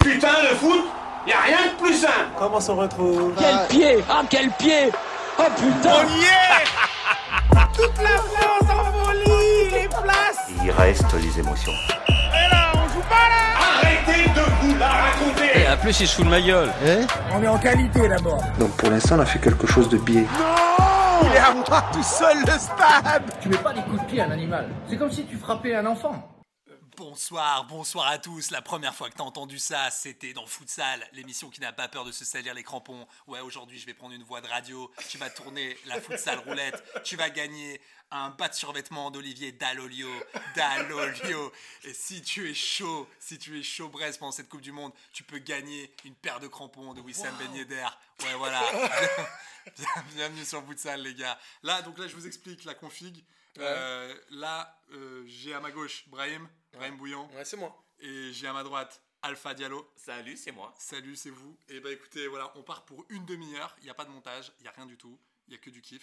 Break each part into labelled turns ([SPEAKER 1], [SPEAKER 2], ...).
[SPEAKER 1] Putain, le foot, y a rien de plus simple.
[SPEAKER 2] Comment on se retrouve
[SPEAKER 3] Quel pied Ah, quel pied Oh putain
[SPEAKER 4] y est Toute la France en folie Les places
[SPEAKER 5] Il reste les émotions.
[SPEAKER 4] Et là, on joue pas là
[SPEAKER 1] Arrêtez de vous la raconter.
[SPEAKER 6] En plus, il se fout de ma gueule.
[SPEAKER 4] On est en qualité d'abord
[SPEAKER 7] Donc pour l'instant, on a fait quelque chose de biais.
[SPEAKER 4] Il est à moi tout seul le stade
[SPEAKER 8] Tu mets pas des coups de pied à un animal. C'est comme si tu frappais un enfant.
[SPEAKER 9] Bonsoir, bonsoir à tous. La première fois que t'as entendu ça, c'était dans Futsal, l'émission qui n'a pas peur de se salir les crampons. Ouais, aujourd'hui, je vais prendre une voix de radio. Tu vas tourner la Futsal roulette. Tu vas gagner un bas de survêtement d'Olivier Dallolio. Dallolio. Et si tu es chaud, si tu es chaud Brest pendant cette Coupe du Monde, tu peux gagner une paire de crampons de Wissam Ben Yedder. Ouais, voilà. Bien- Bienvenue sur Futsal, les gars. Là, donc là, je vous explique la config. Euh, là, euh, j'ai à ma gauche Brahim, Brahim Bouillon,
[SPEAKER 10] Ouais, c'est moi.
[SPEAKER 9] et j'ai à ma droite Alpha Diallo.
[SPEAKER 10] Salut, c'est moi.
[SPEAKER 9] Salut, c'est vous. Et bah écoutez, voilà, on part pour une demi-heure. Il n'y a pas de montage, il n'y a rien du tout. Il n'y a que du kiff.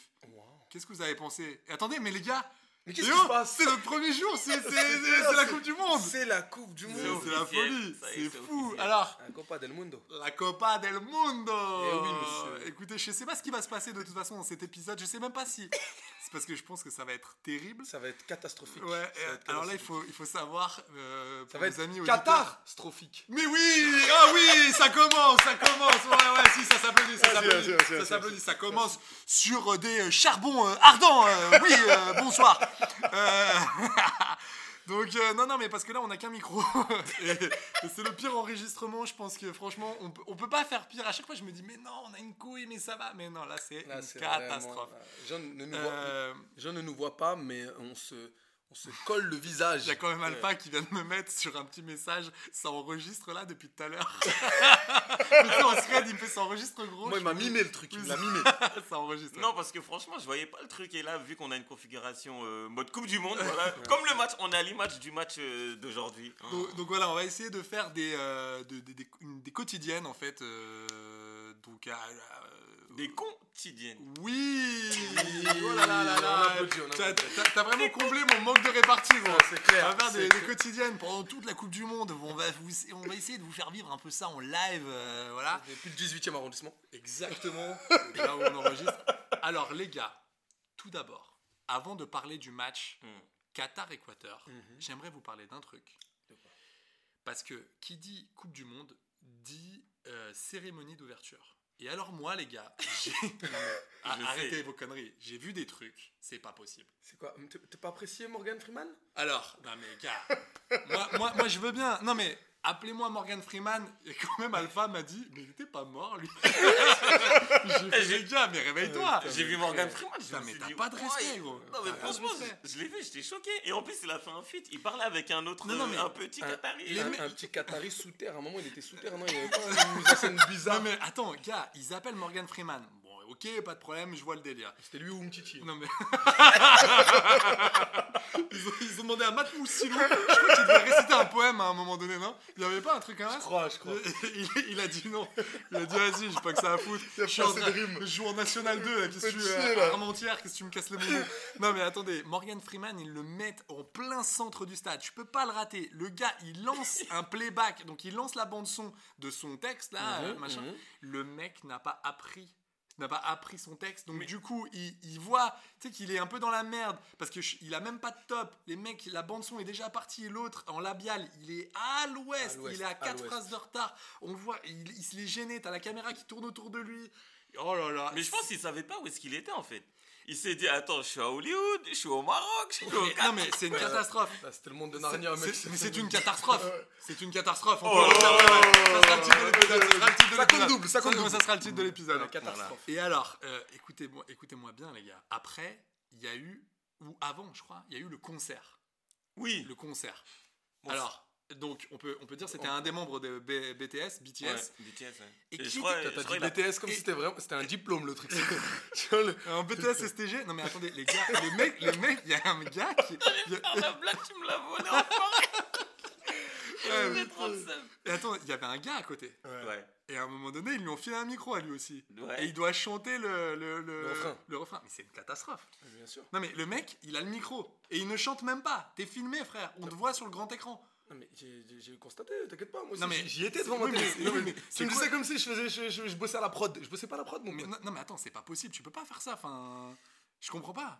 [SPEAKER 9] Qu'est-ce que vous avez pensé Et Attendez, mais les gars,
[SPEAKER 10] Mais qu'est-ce
[SPEAKER 9] Léo,
[SPEAKER 10] qui se passe
[SPEAKER 9] oh, c'est notre premier jour, c'est c'est- c'est- c'est la Coupe du Monde.
[SPEAKER 10] C'est la Coupe du
[SPEAKER 9] C'est
[SPEAKER 10] Monde.
[SPEAKER 9] c'est la
[SPEAKER 6] officiel,
[SPEAKER 9] folie,
[SPEAKER 10] ça y est,
[SPEAKER 9] c'est
[SPEAKER 10] c'est
[SPEAKER 9] fou.
[SPEAKER 10] officiel.
[SPEAKER 9] Alors,
[SPEAKER 10] La Copa del Mundo.
[SPEAKER 9] la Copa del Mundo
[SPEAKER 10] Eh oui, monsieur.
[SPEAKER 9] Écoutez, je sais pas ce qui va se passer de toute façon dans cet épisode, je sais même pas si. C'est parce que je pense que ça va être terrible.
[SPEAKER 10] Ça va être catastrophique.
[SPEAKER 9] Ouais,
[SPEAKER 10] Ça va
[SPEAKER 9] euh,
[SPEAKER 10] être
[SPEAKER 9] alors là, il
[SPEAKER 10] catastrophique.
[SPEAKER 9] faut, il faut savoir, euh,
[SPEAKER 10] Ça
[SPEAKER 9] pour
[SPEAKER 10] va
[SPEAKER 9] nos amis
[SPEAKER 10] être
[SPEAKER 9] auditeurs-
[SPEAKER 10] catastrophique.
[SPEAKER 9] Mais oui Ah oui Ça commence, ça commence Ouais, ouais, si, ça s'applaudit, ça
[SPEAKER 10] Vas-y,
[SPEAKER 9] s'applaudit,
[SPEAKER 10] vas-y, vas-y,
[SPEAKER 9] ça
[SPEAKER 10] vas-y,
[SPEAKER 9] s'applaudit,
[SPEAKER 10] vas-y.
[SPEAKER 9] ça commence sur euh, des euh, charbons euh, ardents euh, Oui, euh, bonsoir Euh, Donc, euh, non, non, mais parce que là, on n'a qu'un micro. Et c'est le pire enregistrement, je pense que, franchement, on, peut- on peut pas faire pire. À chaque fois, je me dis, mais non, on a une couille, mais ça va. Mais non, là, c'est
[SPEAKER 10] Là,
[SPEAKER 9] une
[SPEAKER 10] c'est
[SPEAKER 9] catastrophe.
[SPEAKER 10] vraiment- euh, Jean ne nous voit-
[SPEAKER 9] Euh,
[SPEAKER 10] Jean ne nous voit pas, mais on se, on se colle le visage.
[SPEAKER 9] Il y a quand même Alpha qui vient de me mettre sur un petit message. Ça enregistre là depuis tout à l'heure. Putain, on se raide, il me fait ça enregistre gros.
[SPEAKER 10] Moi, il
[SPEAKER 9] Je
[SPEAKER 10] m'a
[SPEAKER 9] me
[SPEAKER 10] mimé le truc. Il
[SPEAKER 9] Oui,
[SPEAKER 10] l'a
[SPEAKER 9] ça-
[SPEAKER 10] mimé.
[SPEAKER 9] dis, ça enregistre.
[SPEAKER 6] Non, parce que franchement, je voyais pas le truc. Et là, vu qu'on a une configuration euh, mode Coupe du Monde, voilà, comme le match, on a l'image du match euh, d'aujourd'hui.
[SPEAKER 9] Donc, donc voilà, on va essayer de faire des, euh, de- des, des- une- des quotidiennes en fait. euh, donc à- à-
[SPEAKER 6] Des quotidiennes.
[SPEAKER 9] Oui Oh là là là
[SPEAKER 10] On
[SPEAKER 9] là
[SPEAKER 10] applaudit, on
[SPEAKER 9] T'as-
[SPEAKER 10] applaudit.
[SPEAKER 9] t'as- T'as vraiment comblé mon manque de répartie, gros.
[SPEAKER 10] Ah, c'est clair,
[SPEAKER 9] On va faire des,
[SPEAKER 10] c'est
[SPEAKER 9] des
[SPEAKER 10] clair.
[SPEAKER 9] quotidiennes pendant toute la Coupe du Monde. On va, vous- on va essayer de vous faire vivre un peu ça en live. euh, voilà.
[SPEAKER 10] Depuis le 18e arrondissement.
[SPEAKER 9] Exactement, là où on enregistre. Alors les gars, tout d'abord, avant de parler du match
[SPEAKER 6] Mm. Mm-hmm.
[SPEAKER 9] Qatar-Équateur, j'aimerais vous parler d'un truc. Parce que qui dit Coupe du Monde dit euh, cérémonie d'ouverture. Et alors moi les gars, j'ai- Non, mais a-
[SPEAKER 6] Je
[SPEAKER 9] arrêtez
[SPEAKER 6] sais.
[SPEAKER 9] vos conneries, j'ai vu des trucs, c'est pas possible.
[SPEAKER 10] C'est quoi T'es t'es pas apprécié Morgan Freeman
[SPEAKER 9] Alors, non mais gars, moi, moi, moi, je veux bien. Non mais appelez-moi Morgan Freeman. Et quand même Alpha m'a dit, mais il était pas mort lui. J'ai fait, les gars, mais réveille-toi.
[SPEAKER 6] Eh, Euh, J'ai vu Morgan Freeman. je
[SPEAKER 9] Putain,
[SPEAKER 6] me
[SPEAKER 9] mais
[SPEAKER 6] suis
[SPEAKER 9] t'as
[SPEAKER 6] dit,
[SPEAKER 9] pas de respect, Ah,
[SPEAKER 6] ouais.
[SPEAKER 9] gros.
[SPEAKER 6] Non, mais
[SPEAKER 9] T'as pas de
[SPEAKER 6] franchement,
[SPEAKER 9] respect.
[SPEAKER 6] je, je l'ai vu, j'étais choqué. Et en plus, il a fait un feat. Il parlait avec un autre,
[SPEAKER 9] Non, non,
[SPEAKER 6] euh,
[SPEAKER 9] mais-
[SPEAKER 6] un petit Qatari.
[SPEAKER 10] un,
[SPEAKER 6] Ouais.
[SPEAKER 10] un petit Qatari sous terre. À un moment, il était sous terre. Non, il y avait pas une mise en scène bizarre.
[SPEAKER 9] Non mais attends, gars, ils appellent Morgan Freeman. Bon, ok, pas de problème, je vois le délire.
[SPEAKER 10] C'était lui ou Umtiti.
[SPEAKER 9] Non mais. ils, ont, ils ont demandé à Matt Moussilou. Je crois qu'il devait réciter un poème à un moment donné, non Il y avait pas un truc comme ça
[SPEAKER 10] Je crois, je crois.
[SPEAKER 9] Il, il a dit non. Il a dit vas-y, j'ai pas que ça à foutre. Je suis en
[SPEAKER 10] pas
[SPEAKER 9] train-
[SPEAKER 10] assez de rimes.
[SPEAKER 9] je joue en National 2, là, qu'est-ce que tu
[SPEAKER 10] Faut chier, là.
[SPEAKER 9] euh, Armentières, qu'est-ce que tu me casses le monde Non mais attendez, Morgan Freeman, ils le mettent en plein centre du stade. Tu peux pas le rater. Le gars, il lance un playback, donc il lance la bande son de son texte là, euh,
[SPEAKER 10] Mhm,
[SPEAKER 9] machin.
[SPEAKER 10] mhm.
[SPEAKER 9] Le mec n'a pas appris n'a pas appris son texte donc du coup il, il voit tu sais qu'il est un peu dans la merde parce que je- il a même pas de top les mecs la bande son est déjà partie l'autre en labial il est à l'ouest
[SPEAKER 10] À l'ouest,
[SPEAKER 9] il est à
[SPEAKER 10] à
[SPEAKER 9] 4
[SPEAKER 10] l'ouest.
[SPEAKER 9] phrases de retard on le voit il, il se l'est gêné t'as la caméra qui tourne autour de lui oh là là
[SPEAKER 6] Mais je pense qu'il savait pas où est-ce qu'il était en fait. Il s'est dit, attends, je suis à Hollywood, je suis au Maroc, je suis au
[SPEAKER 9] Mais- non mais c'est une catastrophe
[SPEAKER 10] Ah, C'était le monde de Narnia, mec.
[SPEAKER 9] C'est- mais c'est une catastrophe.
[SPEAKER 10] Euh,
[SPEAKER 9] C'est une catastrophe. On peut
[SPEAKER 6] Oh.
[SPEAKER 9] le faire, ouais, ouais. Ça sera le titre de l'épisode, ça sera le titre de
[SPEAKER 10] Ça compte
[SPEAKER 9] l'épisode.
[SPEAKER 10] double, ça compte double.
[SPEAKER 9] Ça sera le titre de l'épisode.
[SPEAKER 10] Ouais, catastrophe.
[SPEAKER 9] Et alors, euh, écoutez-moi, écoutez-moi bien les gars. Après, il y a eu ou avant, je crois, il y a eu le concert.
[SPEAKER 6] Oui.
[SPEAKER 9] Le concert.
[SPEAKER 6] Bon,
[SPEAKER 9] alors, donc on peut on peut dire c'était un des membres de B- BTS, BTS.
[SPEAKER 6] Ouais, BTS, ouais.
[SPEAKER 9] Et
[SPEAKER 6] Et
[SPEAKER 9] qui
[SPEAKER 6] je crois,
[SPEAKER 9] était-
[SPEAKER 6] je
[SPEAKER 10] T'as
[SPEAKER 6] crois
[SPEAKER 10] dit
[SPEAKER 6] il a-
[SPEAKER 10] BTS comme
[SPEAKER 9] Et-
[SPEAKER 10] si c'était vraiment. C'était un diplôme, le truc. Tu vois, le-
[SPEAKER 9] Un BTS STG Non mais attendez les gars, les mecs, les mecs, il y a un gars qui. il y a-
[SPEAKER 6] Ah, la blague, tu me l'as volée, enfoiré Je vais trop le seum.
[SPEAKER 9] Et attends, il y avait un gars à côté.
[SPEAKER 6] Ouais.
[SPEAKER 9] Et à un moment donné, ils lui ont filé un micro à lui aussi.
[SPEAKER 6] Ouais.
[SPEAKER 9] Et il doit chanter le, le, le,
[SPEAKER 10] Le refrain.
[SPEAKER 9] le refrain. Mais c'est une catastrophe.
[SPEAKER 10] Bien sûr.
[SPEAKER 9] Non mais le mec, il a le micro. Et il ne chante même pas. T'es filmé, frère. On te voit sur le grand écran.
[SPEAKER 10] Non, mais j'ai- j'ai j'ai constaté, t'inquiète pas. Moi,
[SPEAKER 9] Non,
[SPEAKER 10] aussi,
[SPEAKER 9] mais
[SPEAKER 10] j'ai-
[SPEAKER 9] j'y étais devant ma
[SPEAKER 10] Oui, mais-
[SPEAKER 9] télé.
[SPEAKER 10] non, mais-
[SPEAKER 9] mais
[SPEAKER 10] Tu
[SPEAKER 9] c'est
[SPEAKER 10] me dis
[SPEAKER 9] quoi-
[SPEAKER 10] ça comme si je, faisais, je, je- je bossais à la prod. Je bossais pas à la prod, mon
[SPEAKER 9] Mais
[SPEAKER 10] pote.
[SPEAKER 9] non, non, mais attends, c'est pas possible, tu peux pas faire ça, enfin. Je comprends pas.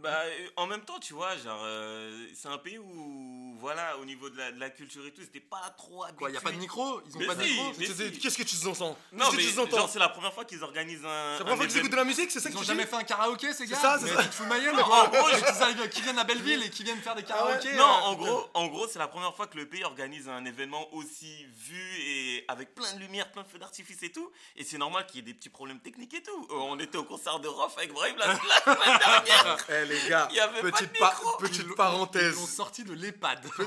[SPEAKER 6] Bah, euh, en même temps, tu vois, genre, euh, c'est un pays où, voilà, au niveau de la, de la culture et tout, c'était pas trop habitué.
[SPEAKER 9] Quoi, y a pas de micro Ils ont
[SPEAKER 6] Mais
[SPEAKER 9] pas de
[SPEAKER 6] si,
[SPEAKER 9] micro
[SPEAKER 6] mais
[SPEAKER 10] Tu sais,
[SPEAKER 6] si.
[SPEAKER 10] Qu'est-ce que tu entends
[SPEAKER 6] Non,
[SPEAKER 10] Qu'est-ce
[SPEAKER 6] mais
[SPEAKER 10] que tu
[SPEAKER 6] genre,
[SPEAKER 10] entends
[SPEAKER 6] c'est la première fois qu'ils organisent un.
[SPEAKER 10] C'est la première fois
[SPEAKER 6] un
[SPEAKER 10] que j'écoute de la musique, c'est ça que
[SPEAKER 9] Ils
[SPEAKER 10] tu
[SPEAKER 9] ont
[SPEAKER 10] dis
[SPEAKER 9] jamais fait un karaoké, ces gars
[SPEAKER 10] ça, c'est
[SPEAKER 9] Mais
[SPEAKER 10] ça.
[SPEAKER 9] tu te fous de ma gueule, quoi. En gros, j'ai des arrivés qui viennent à Belleville et qui viennent faire des karaokés.
[SPEAKER 6] Non,
[SPEAKER 9] euh,
[SPEAKER 6] en gros, en gros, c'est la première fois que le pays organise un événement aussi vu et avec plein de lumière, plein de feux d'artifice et tout. Et c'est normal qu'il y ait des petits problèmes techniques et tout. Euh, On était au concert de Rof avec Brahim la la semaine dernière.
[SPEAKER 10] Eh les gars,
[SPEAKER 6] Il y avait pas
[SPEAKER 10] petite,
[SPEAKER 6] de
[SPEAKER 10] pa-
[SPEAKER 6] micro.
[SPEAKER 10] petite
[SPEAKER 9] Ils l'ont- Ils
[SPEAKER 10] parenthèse.
[SPEAKER 9] sont sortis de l'EHPAD.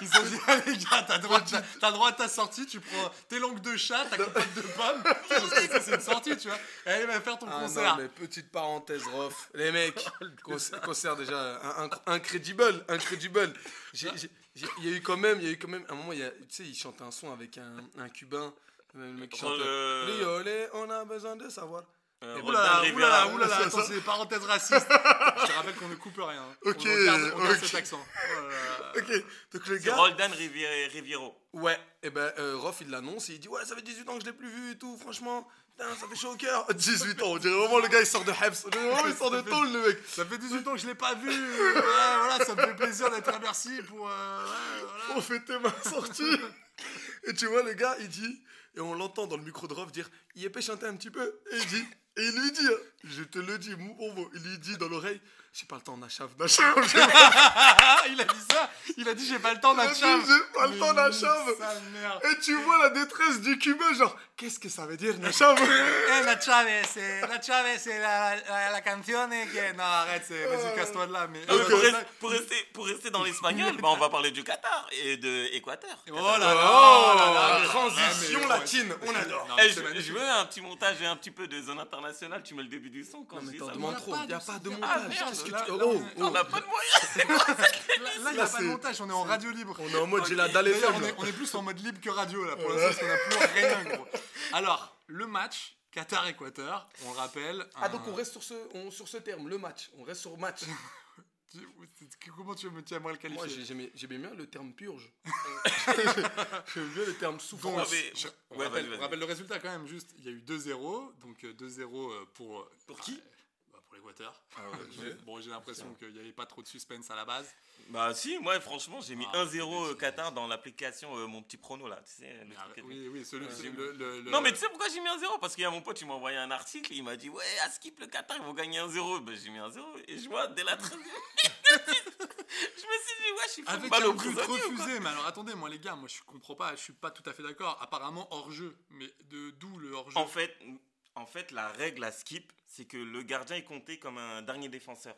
[SPEAKER 9] Ils ont dit, ah, les gars, t'as droit, t'as- t'as droit à ta sortie, tu prends tes langues de chat, ta compote de pomme. Parce que ça, c'est une sortie, tu vois. Allez, va faire ton
[SPEAKER 10] Ah
[SPEAKER 9] concert.
[SPEAKER 10] non, mais petite parenthèse, Rof. Les mecs, concer- concert déjà un- un- incredible, incredible. J'ai- j'ai- j'ai- Il y a eu quand même, il y a eu quand même, à un moment, il y a- tu sais, il chante un son avec un, un cubain. Le mec qui chante.
[SPEAKER 6] Euh,
[SPEAKER 10] euh, Léolé, on a besoin de savoir.
[SPEAKER 6] Euh, Roland
[SPEAKER 9] Oulala,
[SPEAKER 6] Rivera.
[SPEAKER 9] oulala, oulala,
[SPEAKER 10] Ça,
[SPEAKER 9] attends,
[SPEAKER 10] ça.
[SPEAKER 9] hein. c'est des parenthèses racistes. Je te rappelle qu'on ne coupe rien. hein.
[SPEAKER 10] Ok,
[SPEAKER 9] on garde, on garde
[SPEAKER 10] ok.
[SPEAKER 9] cet accent. Oh là là.
[SPEAKER 10] Ok, donc le
[SPEAKER 6] C'est
[SPEAKER 10] gars.
[SPEAKER 6] Roldan Rivi- Riviero.
[SPEAKER 10] Ouais, et ben euh, Rof il l'annonce et il dit Ouais, ça fait 18 ans que je l'ai plus vu et tout, franchement, putain, ça fait chaud au cœur. 18 ans, on dirait vraiment le gars il sort de Heps, vraiment il sort de tôle le mec.
[SPEAKER 9] Ça fait 18 ans que je l'ai pas vu. Ouais, voilà, ça me fait plaisir d'être à Bercy pour. euh, ouais, voilà.
[SPEAKER 10] On fêtait ma sortie. Et tu vois, le gars, il dit, et on l'entend dans le micro de Rof dire, il est chanter un petit peu. Et il dit, et il lui dit, hein, je te le dis, mon bon mot, il lui dit dans l'oreille, j'ai pas le temps, Nachave, Nachave, j'ai pas
[SPEAKER 9] Ah, il a dit ça. Il a dit, j'ai pas le temps
[SPEAKER 10] le
[SPEAKER 9] d'acheter.
[SPEAKER 10] temps, j'ai pas le temps, Nachave.
[SPEAKER 9] Sa mère.
[SPEAKER 10] Et tu vois la détresse du cubain, genre, qu'est-ce que ça veut dire, Nachave
[SPEAKER 9] Eh, la Chave, c'est la Chave, c'est la, la, la canción que... Non, arrête, c'est... vas-y, casse-toi de là. Mais...
[SPEAKER 6] Euh, pour, res- pour rester, pour rester dans l'espagnol, bah, on va parler du Qatar et de Équateur.
[SPEAKER 9] Oh là là,
[SPEAKER 10] Oh,
[SPEAKER 9] oh là là,
[SPEAKER 10] la
[SPEAKER 9] mais-
[SPEAKER 10] transition
[SPEAKER 9] mais-
[SPEAKER 10] latine, on adore.
[SPEAKER 9] Non,
[SPEAKER 6] Eh,
[SPEAKER 9] mais c'est
[SPEAKER 6] je, je
[SPEAKER 9] magnifique.
[SPEAKER 6] veux un petit montage et un petit peu de zone internationale. Tu mets le début du son quand
[SPEAKER 10] Non,
[SPEAKER 6] je
[SPEAKER 10] mais
[SPEAKER 6] dis
[SPEAKER 10] t'en
[SPEAKER 6] ça.
[SPEAKER 10] demandes
[SPEAKER 9] a
[SPEAKER 10] trop,
[SPEAKER 9] pas de-
[SPEAKER 10] y a pas de
[SPEAKER 9] là,
[SPEAKER 10] montage.
[SPEAKER 9] merde,
[SPEAKER 10] Qu'est-ce que
[SPEAKER 9] là,
[SPEAKER 10] tu.
[SPEAKER 9] là,
[SPEAKER 10] Oh,
[SPEAKER 9] on est-
[SPEAKER 10] oh.
[SPEAKER 6] On n'a pas de moyens.
[SPEAKER 9] Là, il n'y
[SPEAKER 10] Là,
[SPEAKER 9] a pas
[SPEAKER 10] c'est-
[SPEAKER 9] de montage, on est en radio libre.
[SPEAKER 10] On est en mode, j'ai la dalle
[SPEAKER 9] D'ailleurs, on
[SPEAKER 10] faible.
[SPEAKER 9] est, on est plus en mode libre que radio, là, pour l'instant, parce qu'on n'a plus rien, gros. Alors, le match, Qatar-Équateur, on le rappelle...
[SPEAKER 10] Ah,
[SPEAKER 9] un-
[SPEAKER 10] donc on reste sur ce, on- sur ce terme, le match. On reste sur match.
[SPEAKER 9] Tu- tu- Comment tu, me- tu aimerais le qualifier
[SPEAKER 10] Moi, j'ai- j'aimais j'aimais bien le terme purge. J'aime bien le terme
[SPEAKER 9] Donc,
[SPEAKER 10] souffrance.
[SPEAKER 6] Ah, mais-
[SPEAKER 9] je- on,
[SPEAKER 6] ouais,
[SPEAKER 9] rappelle,
[SPEAKER 6] vas-y, vas-y.
[SPEAKER 9] on rappelle le résultat quand même juste. Il y a eu 2-0, donc euh, 2-0 euh, pour... euh,
[SPEAKER 6] Pour qui Ah
[SPEAKER 9] bah, Pour l'Équateur. bon, j'ai l'impression qu'il n'y avait pas trop de suspense à la base.
[SPEAKER 6] Bah si, moi franchement j'ai mis
[SPEAKER 9] Ah,
[SPEAKER 6] 1-0 euh,
[SPEAKER 9] c'est-
[SPEAKER 6] Qatar dans l'application euh, mon petit prono là, tu sais le
[SPEAKER 9] Mais
[SPEAKER 6] truc
[SPEAKER 9] arrête-
[SPEAKER 6] que-
[SPEAKER 9] oui, oui, celui,
[SPEAKER 6] Ouais.
[SPEAKER 9] celui- le, le- le-
[SPEAKER 6] Ah, Non mais tu sais pourquoi j'ai mis 1-0 Parce qu'il y a mon pote, il m'a envoyé un article, il m'a dit ouais à skip le Qatar ils vont gagner 1-0. Bah j'ai mis 1-0 et je vois dès la 13 Je me suis dit ouais je suis fou de
[SPEAKER 9] avec
[SPEAKER 6] balle
[SPEAKER 9] un
[SPEAKER 6] au
[SPEAKER 9] but
[SPEAKER 6] prisonnier ou quoi
[SPEAKER 9] refusé. Mais alors attendez, moi les gars, moi je comprends pas, je suis pas tout à fait d'accord. Apparemment hors jeu, mais de d'où le hors jeu
[SPEAKER 6] En fait, en fait la règle à skip c'est que le gardien est compté comme un dernier défenseur.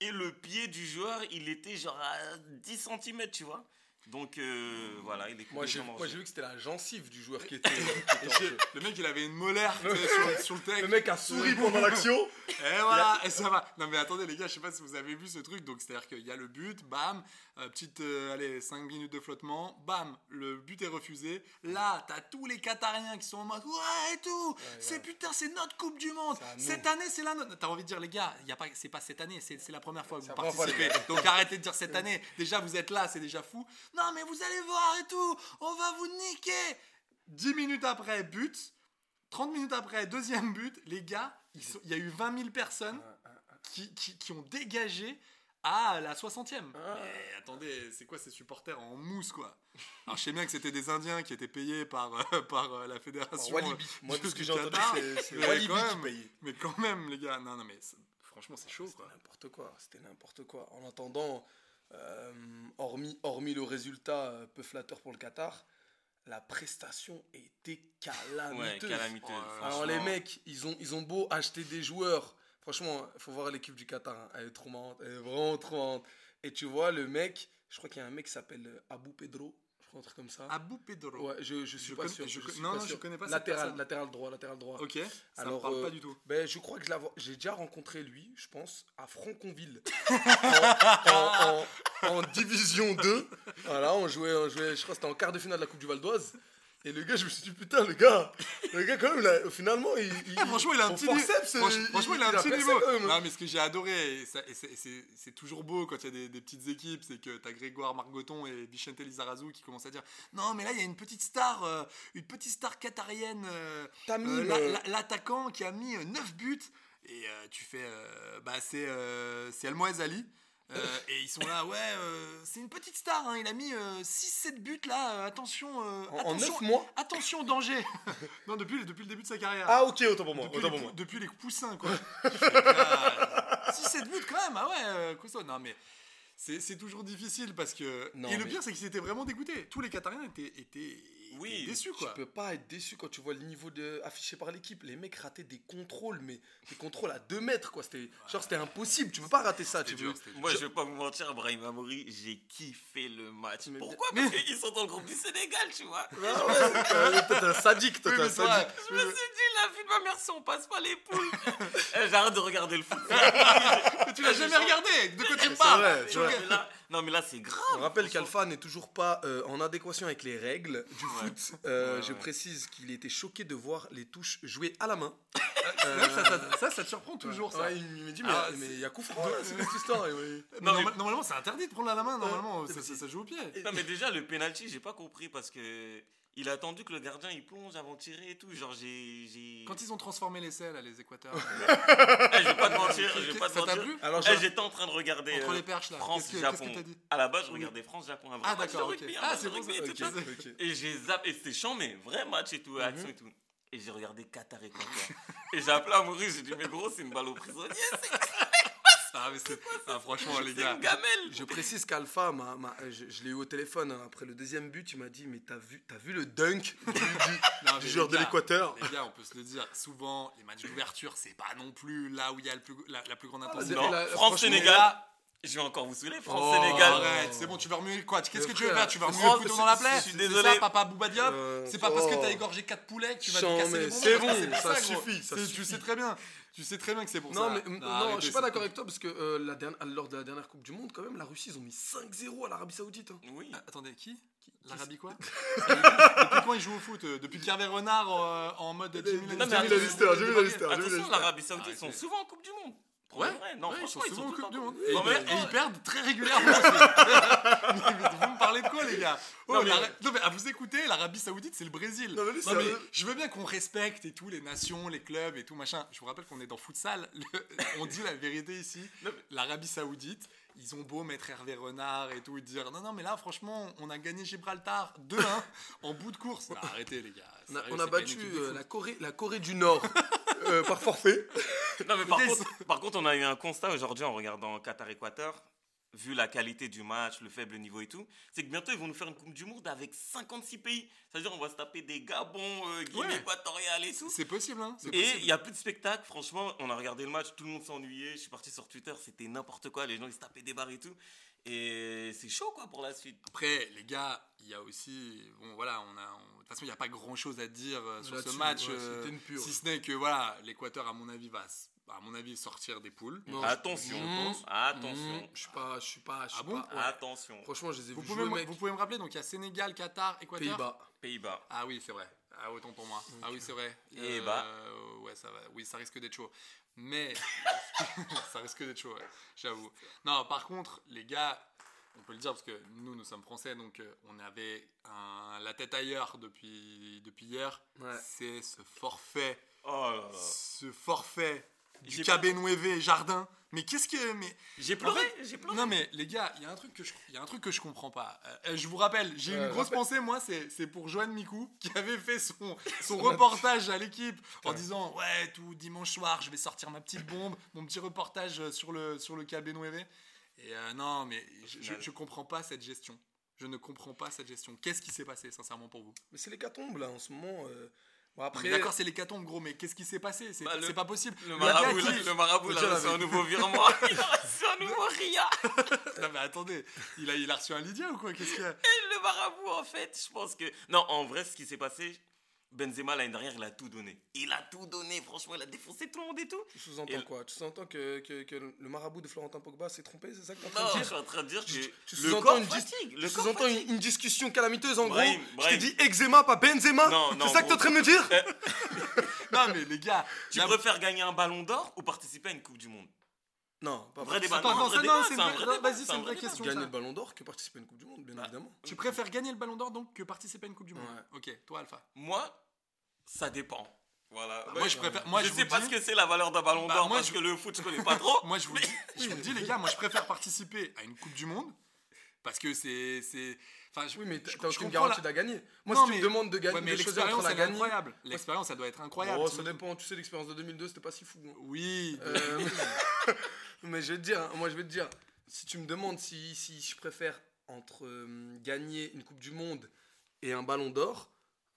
[SPEAKER 6] Et le pied du joueur il était genre à 10 cm tu vois. Donc euh, voilà il est compté
[SPEAKER 10] Moi, j'ai
[SPEAKER 6] comme hors
[SPEAKER 10] moi,
[SPEAKER 6] jeu.
[SPEAKER 10] j'ai vu que c'était la gencive du joueur qui était. qui était hors jeu.
[SPEAKER 9] Le mec il avait une molaire tu sais, sur, sur le
[SPEAKER 10] le
[SPEAKER 9] texte.
[SPEAKER 10] mec a souri pendant l'action.
[SPEAKER 9] Et voilà, et ça va. Non mais attendez les gars, je sais pas si vous avez vu ce truc. Donc c'est à dire qu'il y a le but, bam, euh, petite, euh, allez, 5 minutes de flottement, bam, le but est refusé. Là, t'as tous les Qatariens qui sont en mode ouais et tout. c'est putain, c'est notre Coupe du Monde.
[SPEAKER 10] à nous.
[SPEAKER 9] Cette année, c'est la nôtre. T'as envie de dire les gars, il y a pas, c'est pas cette année, c'est c'est la première fois que vous
[SPEAKER 10] la première fois, les
[SPEAKER 9] participez. Donc arrêtez de dire cette année. Déjà vous êtes là, c'est déjà fou. Non mais vous allez voir et tout, on va vous niquer. 10 minutes après, but. 30 minutes après, deuxième but, les gars, ils sont- il y a eu 20 000 personnes
[SPEAKER 10] Ah,
[SPEAKER 9] qui, qui- qui ont dégagé à la 60e.
[SPEAKER 10] Ah.
[SPEAKER 9] Mais attendez, c'est quoi ces supporters en mousse, quoi Alors, je sais bien que c'était des Indiens qui étaient payés par, euh, par euh, la fédération.
[SPEAKER 10] Par Walibi.
[SPEAKER 9] euh,
[SPEAKER 10] Moi,
[SPEAKER 9] du-
[SPEAKER 10] tout ce que
[SPEAKER 9] du
[SPEAKER 10] j'ai entendu,
[SPEAKER 9] Qatar.
[SPEAKER 10] c'est- c'est
[SPEAKER 9] Mais
[SPEAKER 10] Walibi
[SPEAKER 9] quand
[SPEAKER 10] qui
[SPEAKER 9] même-
[SPEAKER 10] payait.
[SPEAKER 9] Mais quand même, les gars, non, non, mais c'est- franchement, c'est chaud, quoi.
[SPEAKER 10] C'était n'importe quoi. C'était n'importe quoi. En attendant, euh, hormis, hormis le résultat euh, peu flatteur pour le Qatar, la prestation était
[SPEAKER 6] Ouais,
[SPEAKER 10] calamiteuse.
[SPEAKER 6] calamiteux.
[SPEAKER 9] Ouais.
[SPEAKER 10] Alors
[SPEAKER 6] franchement.
[SPEAKER 10] les mecs, ils ont, ils ont beau acheter des joueurs. Franchement, faut voir l'équipe du Qatar. hein. Elle est trop marrante. Elle est vraiment trop marrante. Et tu vois, le mec, je crois qu'il y a un mec qui s'appelle euh, Abou Pedro. Je crois un truc comme ça.
[SPEAKER 9] Abou Pedro.
[SPEAKER 10] Ouais, je, je suis
[SPEAKER 9] Je
[SPEAKER 10] pas
[SPEAKER 9] connais-
[SPEAKER 10] sûr.
[SPEAKER 9] je con-
[SPEAKER 10] suis
[SPEAKER 9] non,
[SPEAKER 10] pas
[SPEAKER 9] non, je
[SPEAKER 10] sûr.
[SPEAKER 9] connais pas cette
[SPEAKER 10] Latéral,
[SPEAKER 9] personne.
[SPEAKER 10] latéral droit, latéral droit.
[SPEAKER 9] Ok, ça me
[SPEAKER 10] Alors,
[SPEAKER 9] parle
[SPEAKER 10] euh,
[SPEAKER 9] pas du tout.
[SPEAKER 10] Ben, je crois que je l'avo- j'ai déjà rencontré lui, je pense, à Franconville. en, en- en- en division 2. Voilà, on jouait, on jouait, je crois que c'était en quart de finale de la Coupe du Val d'Oise. Et le gars, je me suis dit, putain, le gars, le gars, quand même, là, finalement, il. il-
[SPEAKER 9] Ah, franchement, il a un
[SPEAKER 10] au
[SPEAKER 9] petit niveau.
[SPEAKER 10] forceps, euh,
[SPEAKER 9] Franch- franchement, il a un petit
[SPEAKER 10] percé
[SPEAKER 9] niveau.
[SPEAKER 10] quand même.
[SPEAKER 9] Non, mais ce que j'ai adoré, et, ça- et c'est- c'est c'est toujours beau quand il y a des, des petites équipes, c'est que t'as Grégoire Margoton et Vicente Lizarazu qui commencent à dire Non, mais là, il y a une petite star, euh, une petite star qatarienne, euh,
[SPEAKER 10] Tamim,
[SPEAKER 9] euh, la-
[SPEAKER 10] euh.
[SPEAKER 9] la- l'attaquant qui a mis 9 buts. Et euh, tu fais euh, Bah, c'est euh, c'est El Moez Ali. Euh, et ils sont là, ouais, euh, c'est une petite star, hein, il a mis 6-7 buts là, euh, attention, euh,
[SPEAKER 10] En- en
[SPEAKER 9] attention,
[SPEAKER 10] neuf mois
[SPEAKER 9] attention, danger. non, depuis, depuis le début de sa carrière.
[SPEAKER 10] Ah, ok, autant pour moi.
[SPEAKER 9] Depuis,
[SPEAKER 10] autant
[SPEAKER 9] les,
[SPEAKER 10] pour moi.
[SPEAKER 9] pou- depuis les poussins, quoi. Je fais, ah, si cette buts quand même, ah ouais, euh, costaud. Non, mais c'est c'est toujours difficile parce que.
[SPEAKER 10] Non,
[SPEAKER 9] et le
[SPEAKER 10] mais-
[SPEAKER 9] pire, c'est qu'ils étaient vraiment dégoûtés. Tous les Qatariens étaient, étaient,
[SPEAKER 6] Oui,
[SPEAKER 9] étaient déçus,
[SPEAKER 10] Tu
[SPEAKER 9] quoi.
[SPEAKER 10] peux pas être déçu quand tu vois le niveau de... affiché par l'équipe. Les mecs rataient des contrôles, mais des contrôles à 2 mètres, quoi. C'était genre c'était impossible. Tu peux pas rater ça. Tu veux.
[SPEAKER 6] Moi, je vais pas vous mentir, Brahim Amouri, j'ai kiffé le match. Pourquoi
[SPEAKER 9] mais-
[SPEAKER 6] Parce qu'ils sont dans le groupe du Sénégal, tu vois.
[SPEAKER 10] Ah ouais, t'es- t'es un sadique, toi,
[SPEAKER 9] Oui,
[SPEAKER 10] t'es un
[SPEAKER 9] mais c'est vrai.
[SPEAKER 10] sadique.
[SPEAKER 6] Je me suis dit, la vie de ma mère, si on passe pas les poules, Eh, j'arrête de regarder le foot.
[SPEAKER 9] Mais tu l'as jamais regardé, de quoi tu
[SPEAKER 10] C'est
[SPEAKER 9] parles
[SPEAKER 10] vrai,
[SPEAKER 9] Tu
[SPEAKER 10] c'est vrai.
[SPEAKER 9] regardes-
[SPEAKER 6] Mais là- non, mais là, c'est grave.
[SPEAKER 10] On rappelle qu'Alpha n'est toujours pas euh, en adéquation avec les règles du foot. Euh, Je précise qu'il était choqué de voir les touches jouées à la main. Euh,
[SPEAKER 9] Ouais, ça, euh, ça, ça, ça te surprend toujours, ça.
[SPEAKER 10] Ouais, il me dit, mais
[SPEAKER 9] Ah,
[SPEAKER 10] mais
[SPEAKER 9] c'est-
[SPEAKER 10] il y a coup franc, là, c'est cette histoire. et oui.
[SPEAKER 9] Mais
[SPEAKER 6] Non, mais-
[SPEAKER 9] norma- Normalement, c'est interdit de prendre la main, normalement, ça, ça- ça joue au pied.
[SPEAKER 6] Non, mais déjà, le penalty, j'ai pas compris parce que il a attendu que le gardien il plonge avant de tirer et tout. Genre, j'ai. j'ai-
[SPEAKER 9] Quand ils ont transformé les selles à les Équateurs, euh,
[SPEAKER 6] Eh, je vais pas te mentir, je vais pas te
[SPEAKER 9] ça t'a
[SPEAKER 6] mentir.
[SPEAKER 9] plu
[SPEAKER 10] Alors,
[SPEAKER 6] Eh,
[SPEAKER 10] je-
[SPEAKER 6] j'étais en train de regarder
[SPEAKER 9] Entre
[SPEAKER 6] euh,
[SPEAKER 9] les perches, là. Qu'est-ce que-
[SPEAKER 6] France-Japon.
[SPEAKER 9] qu'est-ce que t'as dit
[SPEAKER 6] à la base, je regardais France-Japon avant.
[SPEAKER 9] Ah,
[SPEAKER 6] match de
[SPEAKER 9] d'accord, ok.
[SPEAKER 6] rugby, un
[SPEAKER 9] Ah,
[SPEAKER 6] match
[SPEAKER 9] c'est
[SPEAKER 6] de
[SPEAKER 9] pour ça,
[SPEAKER 6] rugby et
[SPEAKER 9] ok. Mhm.
[SPEAKER 6] tout ça.
[SPEAKER 10] ok.
[SPEAKER 6] Et j'ai zappé, et c'était chiant, mais vrai match et tout, action et tout. Et j'ai regardé Qatar et Qatar. et j'ai appelé Amoury, j'ai dit, mais gros, c'est une balle au prisonnier, c'est
[SPEAKER 9] Ah, mais c'est. Ah, franchement, les
[SPEAKER 6] c'est
[SPEAKER 9] gars.
[SPEAKER 6] une gamelle.
[SPEAKER 10] Je précise qu'Alpha, m'a- m'a- je, je l'ai eu au téléphone hein, après le deuxième but, il m'a dit Mais t'as vu, t'as vu le dunk
[SPEAKER 9] Non,
[SPEAKER 10] du, du-
[SPEAKER 9] Ah, mais
[SPEAKER 10] du joueur
[SPEAKER 9] les
[SPEAKER 10] de
[SPEAKER 9] gars,
[SPEAKER 10] l'Équateur
[SPEAKER 9] Les gars, on peut se le dire, souvent, les matchs d'ouverture, c'est pas non plus là où il y a le plus, la, la plus grande intensité.
[SPEAKER 10] Ah,
[SPEAKER 9] Oh,
[SPEAKER 10] la-
[SPEAKER 6] Non,
[SPEAKER 10] la-
[SPEAKER 6] France-Sénégal. Je vais encore vous saouler, France-Sénégal.
[SPEAKER 9] Arrête, c'est bon, tu vas remuer le quad. Qu'est-ce
[SPEAKER 10] Le
[SPEAKER 9] que tu veux
[SPEAKER 10] frère,
[SPEAKER 9] faire Tu vas remuer
[SPEAKER 6] France-
[SPEAKER 9] le couteau dans la plaie
[SPEAKER 6] je suis
[SPEAKER 9] C'est
[SPEAKER 6] désolé.
[SPEAKER 9] ça, papa Bouba Diop
[SPEAKER 10] Euh,
[SPEAKER 9] C'est pas parce que
[SPEAKER 10] oh.
[SPEAKER 9] t'as égorgé 4 poulets que tu vas
[SPEAKER 10] Chant,
[SPEAKER 9] te casser
[SPEAKER 10] mais
[SPEAKER 9] les bonbons.
[SPEAKER 10] c'est
[SPEAKER 9] frère,
[SPEAKER 10] bon,
[SPEAKER 9] pas
[SPEAKER 10] ça
[SPEAKER 9] gros.
[SPEAKER 10] suffit, ça
[SPEAKER 9] C'est- Tu
[SPEAKER 10] suffit.
[SPEAKER 9] sais très bien. Tu sais très bien que c'est pour
[SPEAKER 10] Non,
[SPEAKER 9] ça.
[SPEAKER 10] mais, non,
[SPEAKER 9] arrêtez,
[SPEAKER 10] je suis pas
[SPEAKER 9] c'est-
[SPEAKER 10] d'accord avec toi parce que euh, la dernière, lors de la dernière Coupe du Monde, quand même, la Russie, ils ont mis 5-0 à l'Arabie Saoudite. hein.
[SPEAKER 6] Oui.
[SPEAKER 9] Attendez, qui L'Arabie quoi Depuis quand ils jouent au foot euh, Depuis Kervé Renard euh, en mode
[SPEAKER 10] J'ai
[SPEAKER 9] Jimmy
[SPEAKER 10] vu
[SPEAKER 6] mais
[SPEAKER 10] la
[SPEAKER 6] attends,
[SPEAKER 10] Lister, j'ai vu la Lister, j'ai vu la
[SPEAKER 6] Attention,
[SPEAKER 10] Lister.
[SPEAKER 6] l'Arabie Saoudite, ils sont
[SPEAKER 9] Arrêtez.
[SPEAKER 6] souvent en Coupe du Monde. Pour
[SPEAKER 9] Ah, Ouais,
[SPEAKER 6] de vrai. Non,
[SPEAKER 9] ouais, ils sont
[SPEAKER 6] franchement, ils
[SPEAKER 9] souvent en
[SPEAKER 6] sont tout
[SPEAKER 9] Coupe
[SPEAKER 6] le
[SPEAKER 9] du
[SPEAKER 6] temps-
[SPEAKER 9] Monde. Et,
[SPEAKER 6] Non, mais-
[SPEAKER 9] et ils perdent très régulièrement aussi. vous me parlez de quoi, les gars Oh,
[SPEAKER 6] Non, mais-
[SPEAKER 9] l'Ara- non, mais à vous écouter, l'Arabie Saoudite, c'est le Brésil.
[SPEAKER 10] Non, mais lui,
[SPEAKER 9] Non,
[SPEAKER 10] c'est
[SPEAKER 9] mais
[SPEAKER 10] un-
[SPEAKER 9] je veux bien qu'on respecte et tout, les nations, les clubs et tout, machin. Je vous rappelle qu'on est dans futsal. Le- On dit la vérité ici. L'Arabie Saoudite. Ils ont beau mettre Hervé Renard et tout et dire non, non, mais là, franchement, on a gagné Gibraltar 2-1 en bout de course. Bah, Non, arrêtez, les gars.
[SPEAKER 6] Ah,
[SPEAKER 10] On a,
[SPEAKER 9] Sérieux,
[SPEAKER 10] on a
[SPEAKER 9] c'est pas une
[SPEAKER 10] battu
[SPEAKER 9] équipe de
[SPEAKER 10] euh,
[SPEAKER 9] foot.
[SPEAKER 10] la, Corée, la Corée du Nord euh, par forfait.
[SPEAKER 6] Non, mais par,
[SPEAKER 9] Yes.
[SPEAKER 6] contre, par contre, on a eu un constat aujourd'hui en regardant Qatar-Équateur, vu la qualité du match, le faible niveau et tout, c'est que bientôt ils vont nous faire une Coupe du Monde avec 56 pays. C'est-à-dire on va se taper des Gabon, euh, Guinée
[SPEAKER 9] Ouais.
[SPEAKER 6] équatoriale et tout.
[SPEAKER 9] C'est possible, hein. c'est
[SPEAKER 6] Et
[SPEAKER 9] possible.
[SPEAKER 6] il n'y a plus de spectacle, franchement, on a regardé le match, tout le monde s'ennuyait, je suis parti sur Twitter, c'était n'importe quoi, les gens ils se tapaient des barres et tout. Et c'est chaud quoi pour la suite.
[SPEAKER 9] Après, les gars, il y a aussi. Bon, voilà, on a. on- De toute façon, il n'y a pas grand chose à dire euh, sur ce
[SPEAKER 10] Là-dessus,
[SPEAKER 9] match.
[SPEAKER 10] ouais,
[SPEAKER 9] euh,
[SPEAKER 10] c'était une pure.
[SPEAKER 9] si ce n'est que, voilà, l'Équateur, à mon avis, va, s- à mon avis, sortir des poules.
[SPEAKER 10] Non,
[SPEAKER 6] attention,
[SPEAKER 10] je-
[SPEAKER 6] attention,
[SPEAKER 10] Mmh, Je suis pas, je suis pas, je
[SPEAKER 9] Ah
[SPEAKER 10] suis
[SPEAKER 9] bon
[SPEAKER 10] pas. ouais.
[SPEAKER 6] attention,
[SPEAKER 10] Franchement, je les ai
[SPEAKER 9] Vous
[SPEAKER 10] vus
[SPEAKER 9] pouvez,
[SPEAKER 10] jouer,
[SPEAKER 9] me-
[SPEAKER 10] mec.
[SPEAKER 9] vous pouvez me rappeler, donc il y a Sénégal, Qatar, Équateur.
[SPEAKER 10] Pays-Bas.
[SPEAKER 6] Pays-Bas.
[SPEAKER 9] Ah oui, c'est vrai. Ah, autant pour moi. Ah oui, c'est vrai. Euh,
[SPEAKER 6] Et bah.
[SPEAKER 9] Ouais, ça va. Oui, ça risque d'être chaud. Mais. ça risque d'être chaud, ouais, j'avoue. Non, par contre, les gars, on peut le dire parce que nous, nous sommes français, donc euh, on avait un- la tête ailleurs depuis, depuis hier.
[SPEAKER 10] Ouais.
[SPEAKER 9] C'est ce forfait.
[SPEAKER 6] Oh là là.
[SPEAKER 9] Ce forfait du
[SPEAKER 6] J'ai pas-
[SPEAKER 9] Cabernet E Jardin. Mais qu'est-ce que. Mais...
[SPEAKER 6] J'ai
[SPEAKER 9] En
[SPEAKER 6] pleuré,
[SPEAKER 9] fait,
[SPEAKER 6] j'ai pleuré.
[SPEAKER 9] Non mais les gars, il y a un truc que je, il y a un truc que je comprends pas. Euh, euh, je vous rappelle, j'ai une grosse pensée moi, c'est, c'est pour Joanne Micou qui avait fait son, son reportage à l'équipe en disant ouais tout dimanche soir je vais sortir ma petite bombe, mon petit reportage euh, sur le sur le KB Nueve. E Et euh, non mais je, je, je comprends pas cette gestion. Je ne comprends pas cette gestion. Qu'est-ce qui s'est passé sincèrement pour vous
[SPEAKER 10] Mais c'est les catombes là en ce moment. euh. Bon,
[SPEAKER 9] Non,
[SPEAKER 10] après,
[SPEAKER 9] mais D'accord, c'est les l'hécatombe gros, mais qu'est-ce qui s'est passé C'est,
[SPEAKER 6] Bah, le-
[SPEAKER 9] c'est pas possible.
[SPEAKER 6] Le
[SPEAKER 9] gars
[SPEAKER 6] marabout,
[SPEAKER 9] qui-
[SPEAKER 6] là, le marabout,
[SPEAKER 10] Le
[SPEAKER 6] là,
[SPEAKER 10] gars,
[SPEAKER 6] c'est
[SPEAKER 10] là,
[SPEAKER 6] un nouveau virement. Il a reçu un nouveau RIA.
[SPEAKER 9] Non, mais attendez, il a, il a reçu un Lydia ou quoi Qu'est-ce qu'il y a
[SPEAKER 6] Le marabout, en fait, je pense que. Non, en vrai, ce qui s'est passé, Benzema, l'année dernière, il a tout donné. Il a tout donné, franchement, il a défoncé tout le monde et tout.
[SPEAKER 10] Tu sous-entends
[SPEAKER 6] Et-
[SPEAKER 10] quoi Tu sous-entends que, que, que le marabout de Florentin Pogba s'est trompé C'est ça que t'es en
[SPEAKER 6] Non,
[SPEAKER 10] train
[SPEAKER 6] je
[SPEAKER 10] de
[SPEAKER 6] suis
[SPEAKER 10] dire
[SPEAKER 6] en train de dire que
[SPEAKER 10] Tu- tu
[SPEAKER 6] le
[SPEAKER 10] sous-entends
[SPEAKER 6] corps
[SPEAKER 10] une dis-
[SPEAKER 6] fatigue.
[SPEAKER 10] Tu
[SPEAKER 6] Le corps
[SPEAKER 10] sous-entends
[SPEAKER 6] fatigue.
[SPEAKER 10] une, une discussion calamiteuse en
[SPEAKER 6] Brahim,
[SPEAKER 10] gros Je t'ai
[SPEAKER 6] Brahim.
[SPEAKER 10] dit eczéma, pas Benzema
[SPEAKER 6] Non, non,
[SPEAKER 10] C'est ça que t'es en
[SPEAKER 6] gros.
[SPEAKER 10] train de me dire
[SPEAKER 9] Non, mais les gars,
[SPEAKER 6] Tu
[SPEAKER 9] la-
[SPEAKER 6] préfères gagner un ballon d'or ou participer à une Coupe du Monde
[SPEAKER 10] Non, pas
[SPEAKER 6] Vrai
[SPEAKER 10] vrai.
[SPEAKER 6] débat.
[SPEAKER 9] Attends,
[SPEAKER 6] Non,
[SPEAKER 9] attends,
[SPEAKER 6] vrai
[SPEAKER 9] ça,
[SPEAKER 6] débat,
[SPEAKER 9] non,
[SPEAKER 6] c'est un vrai
[SPEAKER 9] vraie-
[SPEAKER 6] débat.
[SPEAKER 9] vas-y,
[SPEAKER 6] c'est
[SPEAKER 9] c'est
[SPEAKER 6] un
[SPEAKER 9] une
[SPEAKER 6] vrai
[SPEAKER 9] vraie
[SPEAKER 6] débat.
[SPEAKER 9] question.
[SPEAKER 10] Gagner
[SPEAKER 9] ça.
[SPEAKER 10] le ballon d'or que participer à une Coupe du Monde, bien
[SPEAKER 6] Bah,
[SPEAKER 10] évidemment.
[SPEAKER 9] Tu préfères gagner le ballon d'or donc que participer à une Coupe du Monde. Ok, toi Alpha.
[SPEAKER 6] Moi, ça dépend. Voilà.
[SPEAKER 9] moi, je préfère- moi,
[SPEAKER 6] je,
[SPEAKER 9] je vous
[SPEAKER 6] sais pas
[SPEAKER 9] dis-
[SPEAKER 6] ce que c'est la valeur d'un ballon
[SPEAKER 9] Bah,
[SPEAKER 6] d'or
[SPEAKER 9] moi,
[SPEAKER 6] parce
[SPEAKER 9] je-
[SPEAKER 6] que le foot, je connais pas trop.
[SPEAKER 9] Moi je vous, le dis, je vous le dis les gars, moi je préfère participer à une Coupe du Monde parce que c'est c'est enfin je
[SPEAKER 10] Oui, mais t'as
[SPEAKER 9] je-
[SPEAKER 10] t'as
[SPEAKER 9] je
[SPEAKER 10] aucune
[SPEAKER 9] comprends
[SPEAKER 10] garantie
[SPEAKER 9] la-
[SPEAKER 10] de la gagner. Moi,
[SPEAKER 9] Non,
[SPEAKER 10] si tu
[SPEAKER 9] mais-
[SPEAKER 10] me demandes de gagner,
[SPEAKER 9] Ouais, mais
[SPEAKER 10] de choisir
[SPEAKER 9] l'expérience
[SPEAKER 10] entre la
[SPEAKER 9] elle est
[SPEAKER 10] gagner.
[SPEAKER 9] incroyable. L'expérience elle doit être incroyable.
[SPEAKER 10] Oh,
[SPEAKER 9] tout
[SPEAKER 10] ça
[SPEAKER 9] le monde-
[SPEAKER 10] dépend. Tu sais, l'expérience de 2002, c'était pas si fou. hein.
[SPEAKER 9] Oui.
[SPEAKER 10] Euh, mais je vais te dire, hein, moi, je vais te dire, si tu me demandes si, si je préfère entre euh, gagner une Coupe du Monde et un ballon d'or,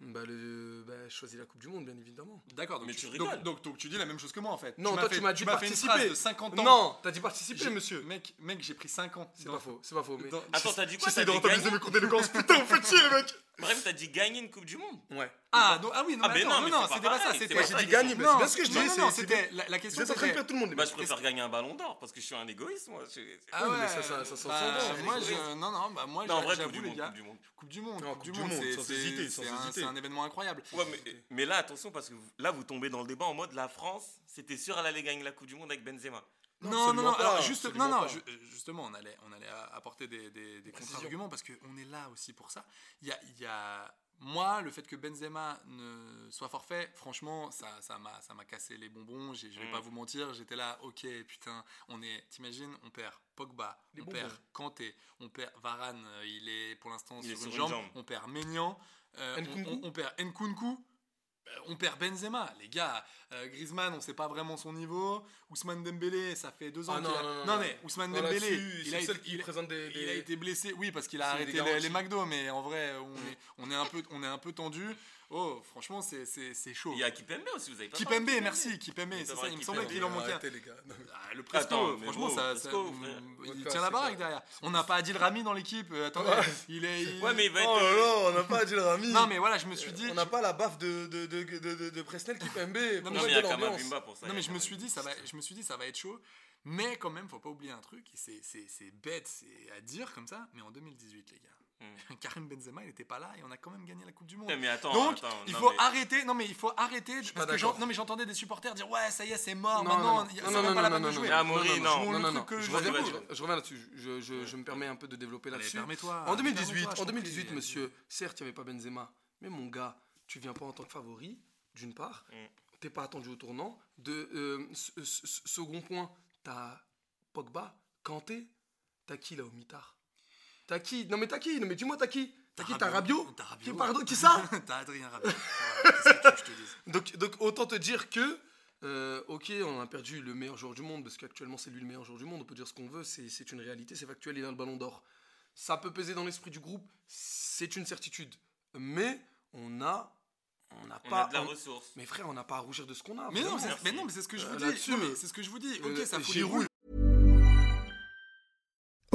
[SPEAKER 10] bah, le, bah, je choisis la Coupe du Monde, bien évidemment.
[SPEAKER 9] D'accord, donc
[SPEAKER 6] Mais tu
[SPEAKER 9] tu
[SPEAKER 6] rigoles.
[SPEAKER 9] donc, donc, donc tu dis la même chose que moi en fait.
[SPEAKER 10] Non, toi, tu m'as dit
[SPEAKER 9] tu m'as fait une
[SPEAKER 10] participer.
[SPEAKER 9] phrase de 50 ans.
[SPEAKER 10] Non, t'as dit participer,
[SPEAKER 9] J'ai-
[SPEAKER 10] monsieur.
[SPEAKER 9] Mec, mec, j'ai pris 5 ans.
[SPEAKER 10] C'est pas faux, c'est pas faux. Mais...
[SPEAKER 9] Dans-
[SPEAKER 6] Attends, t'as dit quoi
[SPEAKER 10] J'essaie
[SPEAKER 6] T'as
[SPEAKER 10] de
[SPEAKER 6] dit
[SPEAKER 10] rentabiliser
[SPEAKER 6] gagner
[SPEAKER 10] mes cours d'élégance. Putain, vous faites chier, les mecs.
[SPEAKER 6] Bref, t'as dit gagner une Coupe du Monde.
[SPEAKER 10] Ouais.
[SPEAKER 9] Ah, non, ah oui, non,
[SPEAKER 6] Ah,
[SPEAKER 9] mais
[SPEAKER 6] mais
[SPEAKER 9] attends,
[SPEAKER 6] non,
[SPEAKER 9] non,
[SPEAKER 6] mais
[SPEAKER 9] non,
[SPEAKER 6] c'est pas
[SPEAKER 9] c'était pas ça,
[SPEAKER 6] pareil,
[SPEAKER 9] c'était
[SPEAKER 6] c'est
[SPEAKER 10] J'ai dit gagner, mais c'est bien ce que je dis.
[SPEAKER 9] Non,
[SPEAKER 10] c'est-
[SPEAKER 9] non,
[SPEAKER 10] c'est-
[SPEAKER 9] c'était la, la question
[SPEAKER 10] Vous êtes en train de
[SPEAKER 9] c'était
[SPEAKER 10] perdre tout le monde, les
[SPEAKER 6] Bah,
[SPEAKER 10] mecs.
[SPEAKER 6] je préfère gagner un ballon d'or parce que je suis un égoïste, moi. Je-
[SPEAKER 9] Ah
[SPEAKER 10] Oui,
[SPEAKER 9] ouais,
[SPEAKER 10] mais ça, ça- hein. ça s'en
[SPEAKER 9] bah,
[SPEAKER 10] sort bien.
[SPEAKER 9] moi je non non, bah moi
[SPEAKER 6] Non, en
[SPEAKER 9] j'a-
[SPEAKER 6] vrai, Coupe
[SPEAKER 9] j'avoue
[SPEAKER 6] du
[SPEAKER 9] les
[SPEAKER 6] Monde,
[SPEAKER 9] gars.
[SPEAKER 6] Coupe du Monde.
[SPEAKER 9] Coupe du monde,
[SPEAKER 10] Non,
[SPEAKER 9] Coupe du monde, c'est
[SPEAKER 10] sans
[SPEAKER 9] c'est-
[SPEAKER 10] hésiter,
[SPEAKER 9] c'est
[SPEAKER 10] sans
[SPEAKER 9] un-
[SPEAKER 10] hésiter.
[SPEAKER 9] c'est un événement incroyable.
[SPEAKER 6] Ouais, mais, mais là, attention, parce que vous- là, vous tombez dans le débat en mode la France, c'était sûr, elle allait gagner la Coupe du Monde avec Benzema.
[SPEAKER 10] Non,
[SPEAKER 9] Non, non, non,
[SPEAKER 10] absolument pas,
[SPEAKER 9] alors juste, non,
[SPEAKER 10] absolument
[SPEAKER 9] non,
[SPEAKER 10] pas.
[SPEAKER 9] ju- euh, justement, on allait, on allait a- apporter des, des, des contre-arguments parce qu'on est là aussi pour ça. Il y a, il y a- moi, le fait que Benzema ne soit forfait, franchement, ça ça m'a ça m'a cassé les bonbons, j'ai- je vais
[SPEAKER 6] Mm.
[SPEAKER 9] pas vous mentir, j'étais là, ok, putain, on est, t'imagines, on perd Pogba,
[SPEAKER 10] Les
[SPEAKER 9] on
[SPEAKER 10] bonbons.
[SPEAKER 9] perd Kanté, on perd Varane, euh, il est pour l'instant
[SPEAKER 6] Il est
[SPEAKER 9] sur, une, jambe, on perd Maignan, euh, on,
[SPEAKER 10] Nkunku.
[SPEAKER 9] on- on perd Nkunku, euh, on perd Benzema, les gars. Euh, Griezmann, on sait pas vraiment son niveau. Ousmane Dembélé, ça fait deux ans
[SPEAKER 10] Ah
[SPEAKER 9] qu'il
[SPEAKER 10] non,
[SPEAKER 9] a-
[SPEAKER 10] non, non, non.
[SPEAKER 9] mais Ousmane
[SPEAKER 10] Non,
[SPEAKER 9] Dembélé,
[SPEAKER 10] là-dessus,
[SPEAKER 9] il
[SPEAKER 10] c'est
[SPEAKER 9] a,
[SPEAKER 10] celle
[SPEAKER 9] été,
[SPEAKER 10] qui
[SPEAKER 9] il-
[SPEAKER 10] présente des-
[SPEAKER 9] il a
[SPEAKER 10] des-
[SPEAKER 9] arrêté blessé. Oui, parce qu'il a
[SPEAKER 10] C'est des
[SPEAKER 9] arrêté les, les
[SPEAKER 10] garanties.
[SPEAKER 9] McDo, mais en vrai, on est, on est un peu, on est un peu tendu. Oh, franchement, c'est c'est- c'est chaud.
[SPEAKER 6] Il y a Kipembe aussi, vous avez pas parlé de
[SPEAKER 9] Oh. Kipembe,
[SPEAKER 6] Kimpembe.
[SPEAKER 9] merci, Kipembe,
[SPEAKER 6] Il
[SPEAKER 9] c'est
[SPEAKER 6] devrait
[SPEAKER 9] ça, il me
[SPEAKER 6] Kipembe.
[SPEAKER 9] semblait qu'il en manquait. un.
[SPEAKER 10] Arrêtez, les gars. Non, mais-
[SPEAKER 9] Ah, le Presto,
[SPEAKER 6] Attends, mais
[SPEAKER 9] franchement,
[SPEAKER 6] bro,
[SPEAKER 9] ça,
[SPEAKER 6] Presco,
[SPEAKER 9] ça-
[SPEAKER 6] frère.
[SPEAKER 9] il
[SPEAKER 10] D'accord,
[SPEAKER 9] tient la
[SPEAKER 10] c'est
[SPEAKER 9] baraque
[SPEAKER 10] clair.
[SPEAKER 9] derrière. On n'a pas Adil Rami dans l'équipe. euh, attendez, il est. il-
[SPEAKER 6] Ouais, mais il va être. euh,
[SPEAKER 10] Oh là là, on n'a pas Adil Rami.
[SPEAKER 9] Non, mais voilà, je me suis dit.
[SPEAKER 10] Euh, On n'a pas la baffe de, de, de, de, de, de Presnel qui fait MB. pour
[SPEAKER 6] Non,
[SPEAKER 10] mettre
[SPEAKER 6] mais il y a
[SPEAKER 10] de l'ambiance.
[SPEAKER 6] Kamabimba pour ça.
[SPEAKER 9] Non
[SPEAKER 6] il y
[SPEAKER 9] mais
[SPEAKER 6] a
[SPEAKER 9] je me suis
[SPEAKER 6] Kamabimba.
[SPEAKER 9] dit ça va, je me suis dit ça va être chaud. Mais quand même, faut pas oublier un truc, et c'est, c'est, c'est bête, c'est à dire comme ça, mais en 2018 les gars,
[SPEAKER 6] Hmm.
[SPEAKER 9] Karim Benzema il était pas là et on a quand même gagné la Coupe du Monde.
[SPEAKER 6] Ouais, mais attends,
[SPEAKER 9] Donc
[SPEAKER 6] attends,
[SPEAKER 9] il
[SPEAKER 6] Eh, non,
[SPEAKER 9] faut
[SPEAKER 6] mais-
[SPEAKER 9] arrêter, non mais il faut arrêter
[SPEAKER 10] suis
[SPEAKER 9] parce
[SPEAKER 10] pas
[SPEAKER 9] que j'en-
[SPEAKER 10] d'accord.
[SPEAKER 9] non mais j'entendais des supporters dire ouais ça y est c'est mort
[SPEAKER 10] Non,
[SPEAKER 9] maintenant,
[SPEAKER 10] non,
[SPEAKER 9] y-
[SPEAKER 10] non,
[SPEAKER 9] c'est
[SPEAKER 10] non,
[SPEAKER 9] même
[SPEAKER 10] non,
[SPEAKER 9] pas la
[SPEAKER 10] non,
[SPEAKER 9] peine de
[SPEAKER 10] non,
[SPEAKER 9] jouer.
[SPEAKER 10] non,
[SPEAKER 6] Amaury,
[SPEAKER 10] non,
[SPEAKER 6] non.
[SPEAKER 10] non,
[SPEAKER 9] Jouons le
[SPEAKER 10] non, non,
[SPEAKER 9] truc que
[SPEAKER 10] je
[SPEAKER 9] je
[SPEAKER 10] reviens-
[SPEAKER 9] veux.
[SPEAKER 10] je- Je reviens là-dessus. Je, je, je me permets un peu de développer
[SPEAKER 9] Allez,
[SPEAKER 10] là-dessus.
[SPEAKER 9] permets-toi. permets-toi,
[SPEAKER 10] En 2018,
[SPEAKER 9] je t'en
[SPEAKER 10] en
[SPEAKER 9] prie.
[SPEAKER 10] 2018, monsieur, certes, il n'y avait pas Benzema, mais mon gars, tu viens pas en tant que favori, d'une part, t'es pas attendu au tournant. De, euh, s- s- s- second point, t'as Pogba, Kanté, t'as qui là au mitard T'as qui Non mais t'as qui Non mais dis-moi t'as qui T'as
[SPEAKER 9] Ah,
[SPEAKER 10] qui T'as Rabiot
[SPEAKER 9] T'as Rabiot.
[SPEAKER 10] Qui, pardon, qui ça
[SPEAKER 9] T'as Adrien Rabiot. Voilà, qu'est-ce que tu veux que je te dise
[SPEAKER 10] donc, donc autant te dire que, euh, ok, on a perdu le meilleur joueur du monde, parce qu'actuellement c'est lui le meilleur joueur du monde, on peut dire ce qu'on veut, c'est c'est une réalité, c'est factuel, il a le ballon d'or. Ça peut peser dans l'esprit du groupe, c'est une certitude. Mais on a... On n'a
[SPEAKER 6] On
[SPEAKER 10] pas...
[SPEAKER 6] a de la
[SPEAKER 10] on-
[SPEAKER 6] ressource.
[SPEAKER 10] mais frère, on n'a pas à rougir de ce qu'on a.
[SPEAKER 9] Mais non,
[SPEAKER 10] vraiment.
[SPEAKER 9] c'est-
[SPEAKER 6] Merci.
[SPEAKER 9] mais non, mais c'est ce que je
[SPEAKER 10] Euh,
[SPEAKER 9] vous dis.
[SPEAKER 10] là-dessus,
[SPEAKER 9] Non, mais c'est ce que je vous dis. Ok,
[SPEAKER 10] euh,
[SPEAKER 9] ça fout les
[SPEAKER 10] Giroud,
[SPEAKER 9] roues.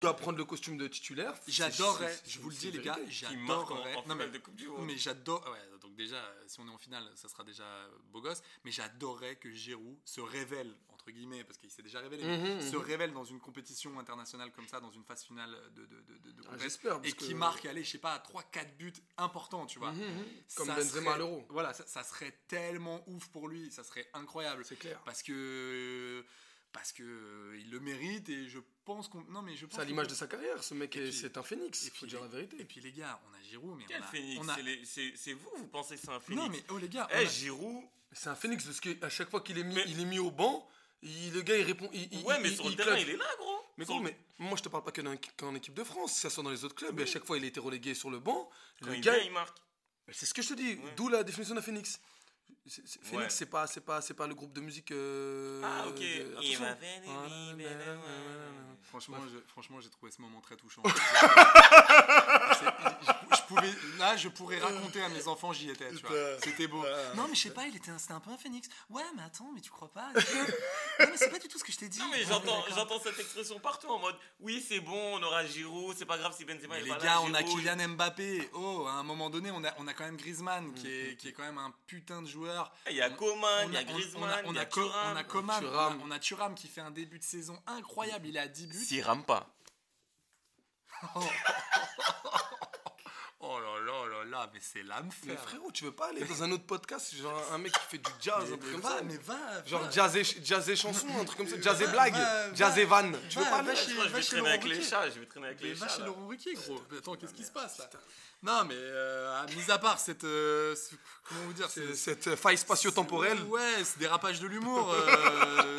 [SPEAKER 10] Tu dois prendre le costume de titulaire. c'est-
[SPEAKER 9] J'adorerais,
[SPEAKER 10] c'est-
[SPEAKER 9] je vous le dis
[SPEAKER 10] c'est
[SPEAKER 9] les gars,
[SPEAKER 10] vérité.
[SPEAKER 6] Qui marque en- en
[SPEAKER 9] j'adorerais.
[SPEAKER 6] finale de Coupe du Monde.
[SPEAKER 9] mais j'adore. ouais, donc déjà, euh, si on est en finale, ça sera déjà euh, beau gosse. Mais j'adorerais que Giroud se révèle entre guillemets, parce qu'il s'est déjà révélé, mais
[SPEAKER 10] Mhm,
[SPEAKER 9] se révèle dans une compétition internationale comme ça, dans une phase finale de de de, de- de compète,
[SPEAKER 10] Ah, j'espère, parce
[SPEAKER 9] et qui
[SPEAKER 10] que- Mhm.
[SPEAKER 9] marque, allez, je sais pas, 3-4 buts importants, tu vois.
[SPEAKER 10] Mmh, Comme
[SPEAKER 9] Ça
[SPEAKER 10] Benzema
[SPEAKER 9] serait-
[SPEAKER 10] à l'Euro.
[SPEAKER 9] Voilà, ça, ça serait tellement ouf pour lui, ça serait incroyable.
[SPEAKER 10] C'est clair.
[SPEAKER 9] Parce que parce que euh, il le mérite et je pense qu'on. Non mais je pense.
[SPEAKER 10] C'est à
[SPEAKER 9] qu'on
[SPEAKER 10] l'image
[SPEAKER 9] peut-
[SPEAKER 10] de sa carrière, ce mec,
[SPEAKER 9] Et
[SPEAKER 10] est-
[SPEAKER 9] puis-
[SPEAKER 10] c'est un phénix, il faut
[SPEAKER 9] puis
[SPEAKER 10] dire
[SPEAKER 9] les-
[SPEAKER 10] la vérité.
[SPEAKER 9] Et puis les gars, on a Giroud, mais
[SPEAKER 6] Quel
[SPEAKER 9] on a,
[SPEAKER 6] phénix
[SPEAKER 9] on a-
[SPEAKER 6] C'est les- C'est c'est vous, vous pensez que c'est un phénix
[SPEAKER 9] Non mais oh les gars, on
[SPEAKER 6] Eh,
[SPEAKER 9] a-
[SPEAKER 6] Giroud,
[SPEAKER 10] C'est un phénix parce qu'à chaque fois qu'il est mis,
[SPEAKER 6] Mais-
[SPEAKER 10] il est mis au banc, il- le gars il répond. il- il-
[SPEAKER 6] ouais, mais
[SPEAKER 10] il-
[SPEAKER 6] sur le
[SPEAKER 10] il
[SPEAKER 6] terrain,
[SPEAKER 10] claque.
[SPEAKER 6] il est là, gros.
[SPEAKER 10] Mais gros, mais moi je te parle pas que d'un- qu'en équipe de France, ça sort dans les autres clubs, et à chaque fois il a été relégué sur le banc.
[SPEAKER 6] Quand
[SPEAKER 10] le
[SPEAKER 6] il
[SPEAKER 10] gars,
[SPEAKER 6] vient, il marque.
[SPEAKER 10] Mais C'est ce que je te dis, d'où la définition d'un phénix. C'est- c'est- Phoenix,
[SPEAKER 6] Ouais.
[SPEAKER 10] c'est pas, c'est pas, c'est pas le groupe de musique. euh,
[SPEAKER 6] Ah, ok.
[SPEAKER 10] de-
[SPEAKER 6] Il
[SPEAKER 10] attention.
[SPEAKER 6] va venir,
[SPEAKER 10] Ah,
[SPEAKER 6] il
[SPEAKER 10] nanana,
[SPEAKER 6] va
[SPEAKER 10] nanana.
[SPEAKER 9] Franchement, je- franchement, j'ai trouvé ce moment très touchant. C'est- euh, je, je pouvais, là, je pourrais raconter à mes enfants, j'y étais, tu vois.
[SPEAKER 10] Putain.
[SPEAKER 9] C'était beau.
[SPEAKER 10] Ouais.
[SPEAKER 9] Non, mais je sais pas, il était, un- c'était un peu un phénix. Ouais, mais attends, mais tu crois pas Non, mais c'est pas du tout ce que je t'ai dit.
[SPEAKER 6] Non, mais
[SPEAKER 9] Ouais,
[SPEAKER 6] j'entends,
[SPEAKER 9] d'accord.
[SPEAKER 6] j'entends cette expression partout en mode oui, c'est bon, on aura Giroud, c'est pas grave si Benzema
[SPEAKER 9] Mais
[SPEAKER 6] est
[SPEAKER 9] les
[SPEAKER 6] pas là,
[SPEAKER 9] gars, on a
[SPEAKER 6] Giroud, il-
[SPEAKER 9] Kylian Mbappé. Oh, à un moment donné, on a, on a quand même Griezmann, qui,
[SPEAKER 10] Mm,
[SPEAKER 9] est, qui est quand même un putain de joueur.
[SPEAKER 6] Il y a
[SPEAKER 9] On-
[SPEAKER 6] Coman,
[SPEAKER 9] on
[SPEAKER 6] il y a
[SPEAKER 9] on- on
[SPEAKER 6] Griezmann,
[SPEAKER 9] on
[SPEAKER 6] il y a
[SPEAKER 9] Co-
[SPEAKER 6] Thuram.
[SPEAKER 9] On a Coman, on a-
[SPEAKER 10] Thuram.
[SPEAKER 9] on a Thuram qui fait un début de saison incroyable. Il est à 10 buts.
[SPEAKER 6] S'il rame pas.
[SPEAKER 9] Oh là là là là, mais c'est l'âme
[SPEAKER 10] Mais frérot, tu veux pas aller dans un autre podcast, genre un mec qui fait du jazz, un truc comme ça
[SPEAKER 9] mais va,
[SPEAKER 10] Genre
[SPEAKER 9] va.
[SPEAKER 10] jazz et, ch- jazz et chanson, un truc comme ça, jazz et
[SPEAKER 9] Va-
[SPEAKER 10] blague,
[SPEAKER 9] va-
[SPEAKER 10] jazz et
[SPEAKER 9] va-
[SPEAKER 10] van. Tu veux
[SPEAKER 9] va-
[SPEAKER 10] pas
[SPEAKER 9] va
[SPEAKER 10] aller
[SPEAKER 9] chez-
[SPEAKER 6] Je crois que je
[SPEAKER 9] va
[SPEAKER 6] vais
[SPEAKER 9] chez
[SPEAKER 6] traîner
[SPEAKER 9] Laurent
[SPEAKER 6] avec les
[SPEAKER 9] Ruquier.
[SPEAKER 6] chats, je vais traîner avec
[SPEAKER 9] Mais
[SPEAKER 6] les
[SPEAKER 9] va
[SPEAKER 6] chats.
[SPEAKER 9] chez
[SPEAKER 6] là.
[SPEAKER 9] Laurent Ruquier, gros. Attends, qu'est-ce qui se passe là Non, mais euh, à- mis à part cette. euh, ce- comment vous dire
[SPEAKER 10] C'est-
[SPEAKER 9] c'est-
[SPEAKER 10] Cette euh, faille spatio-temporelle.
[SPEAKER 9] Ouais, ce dérapage de l'humour. euh,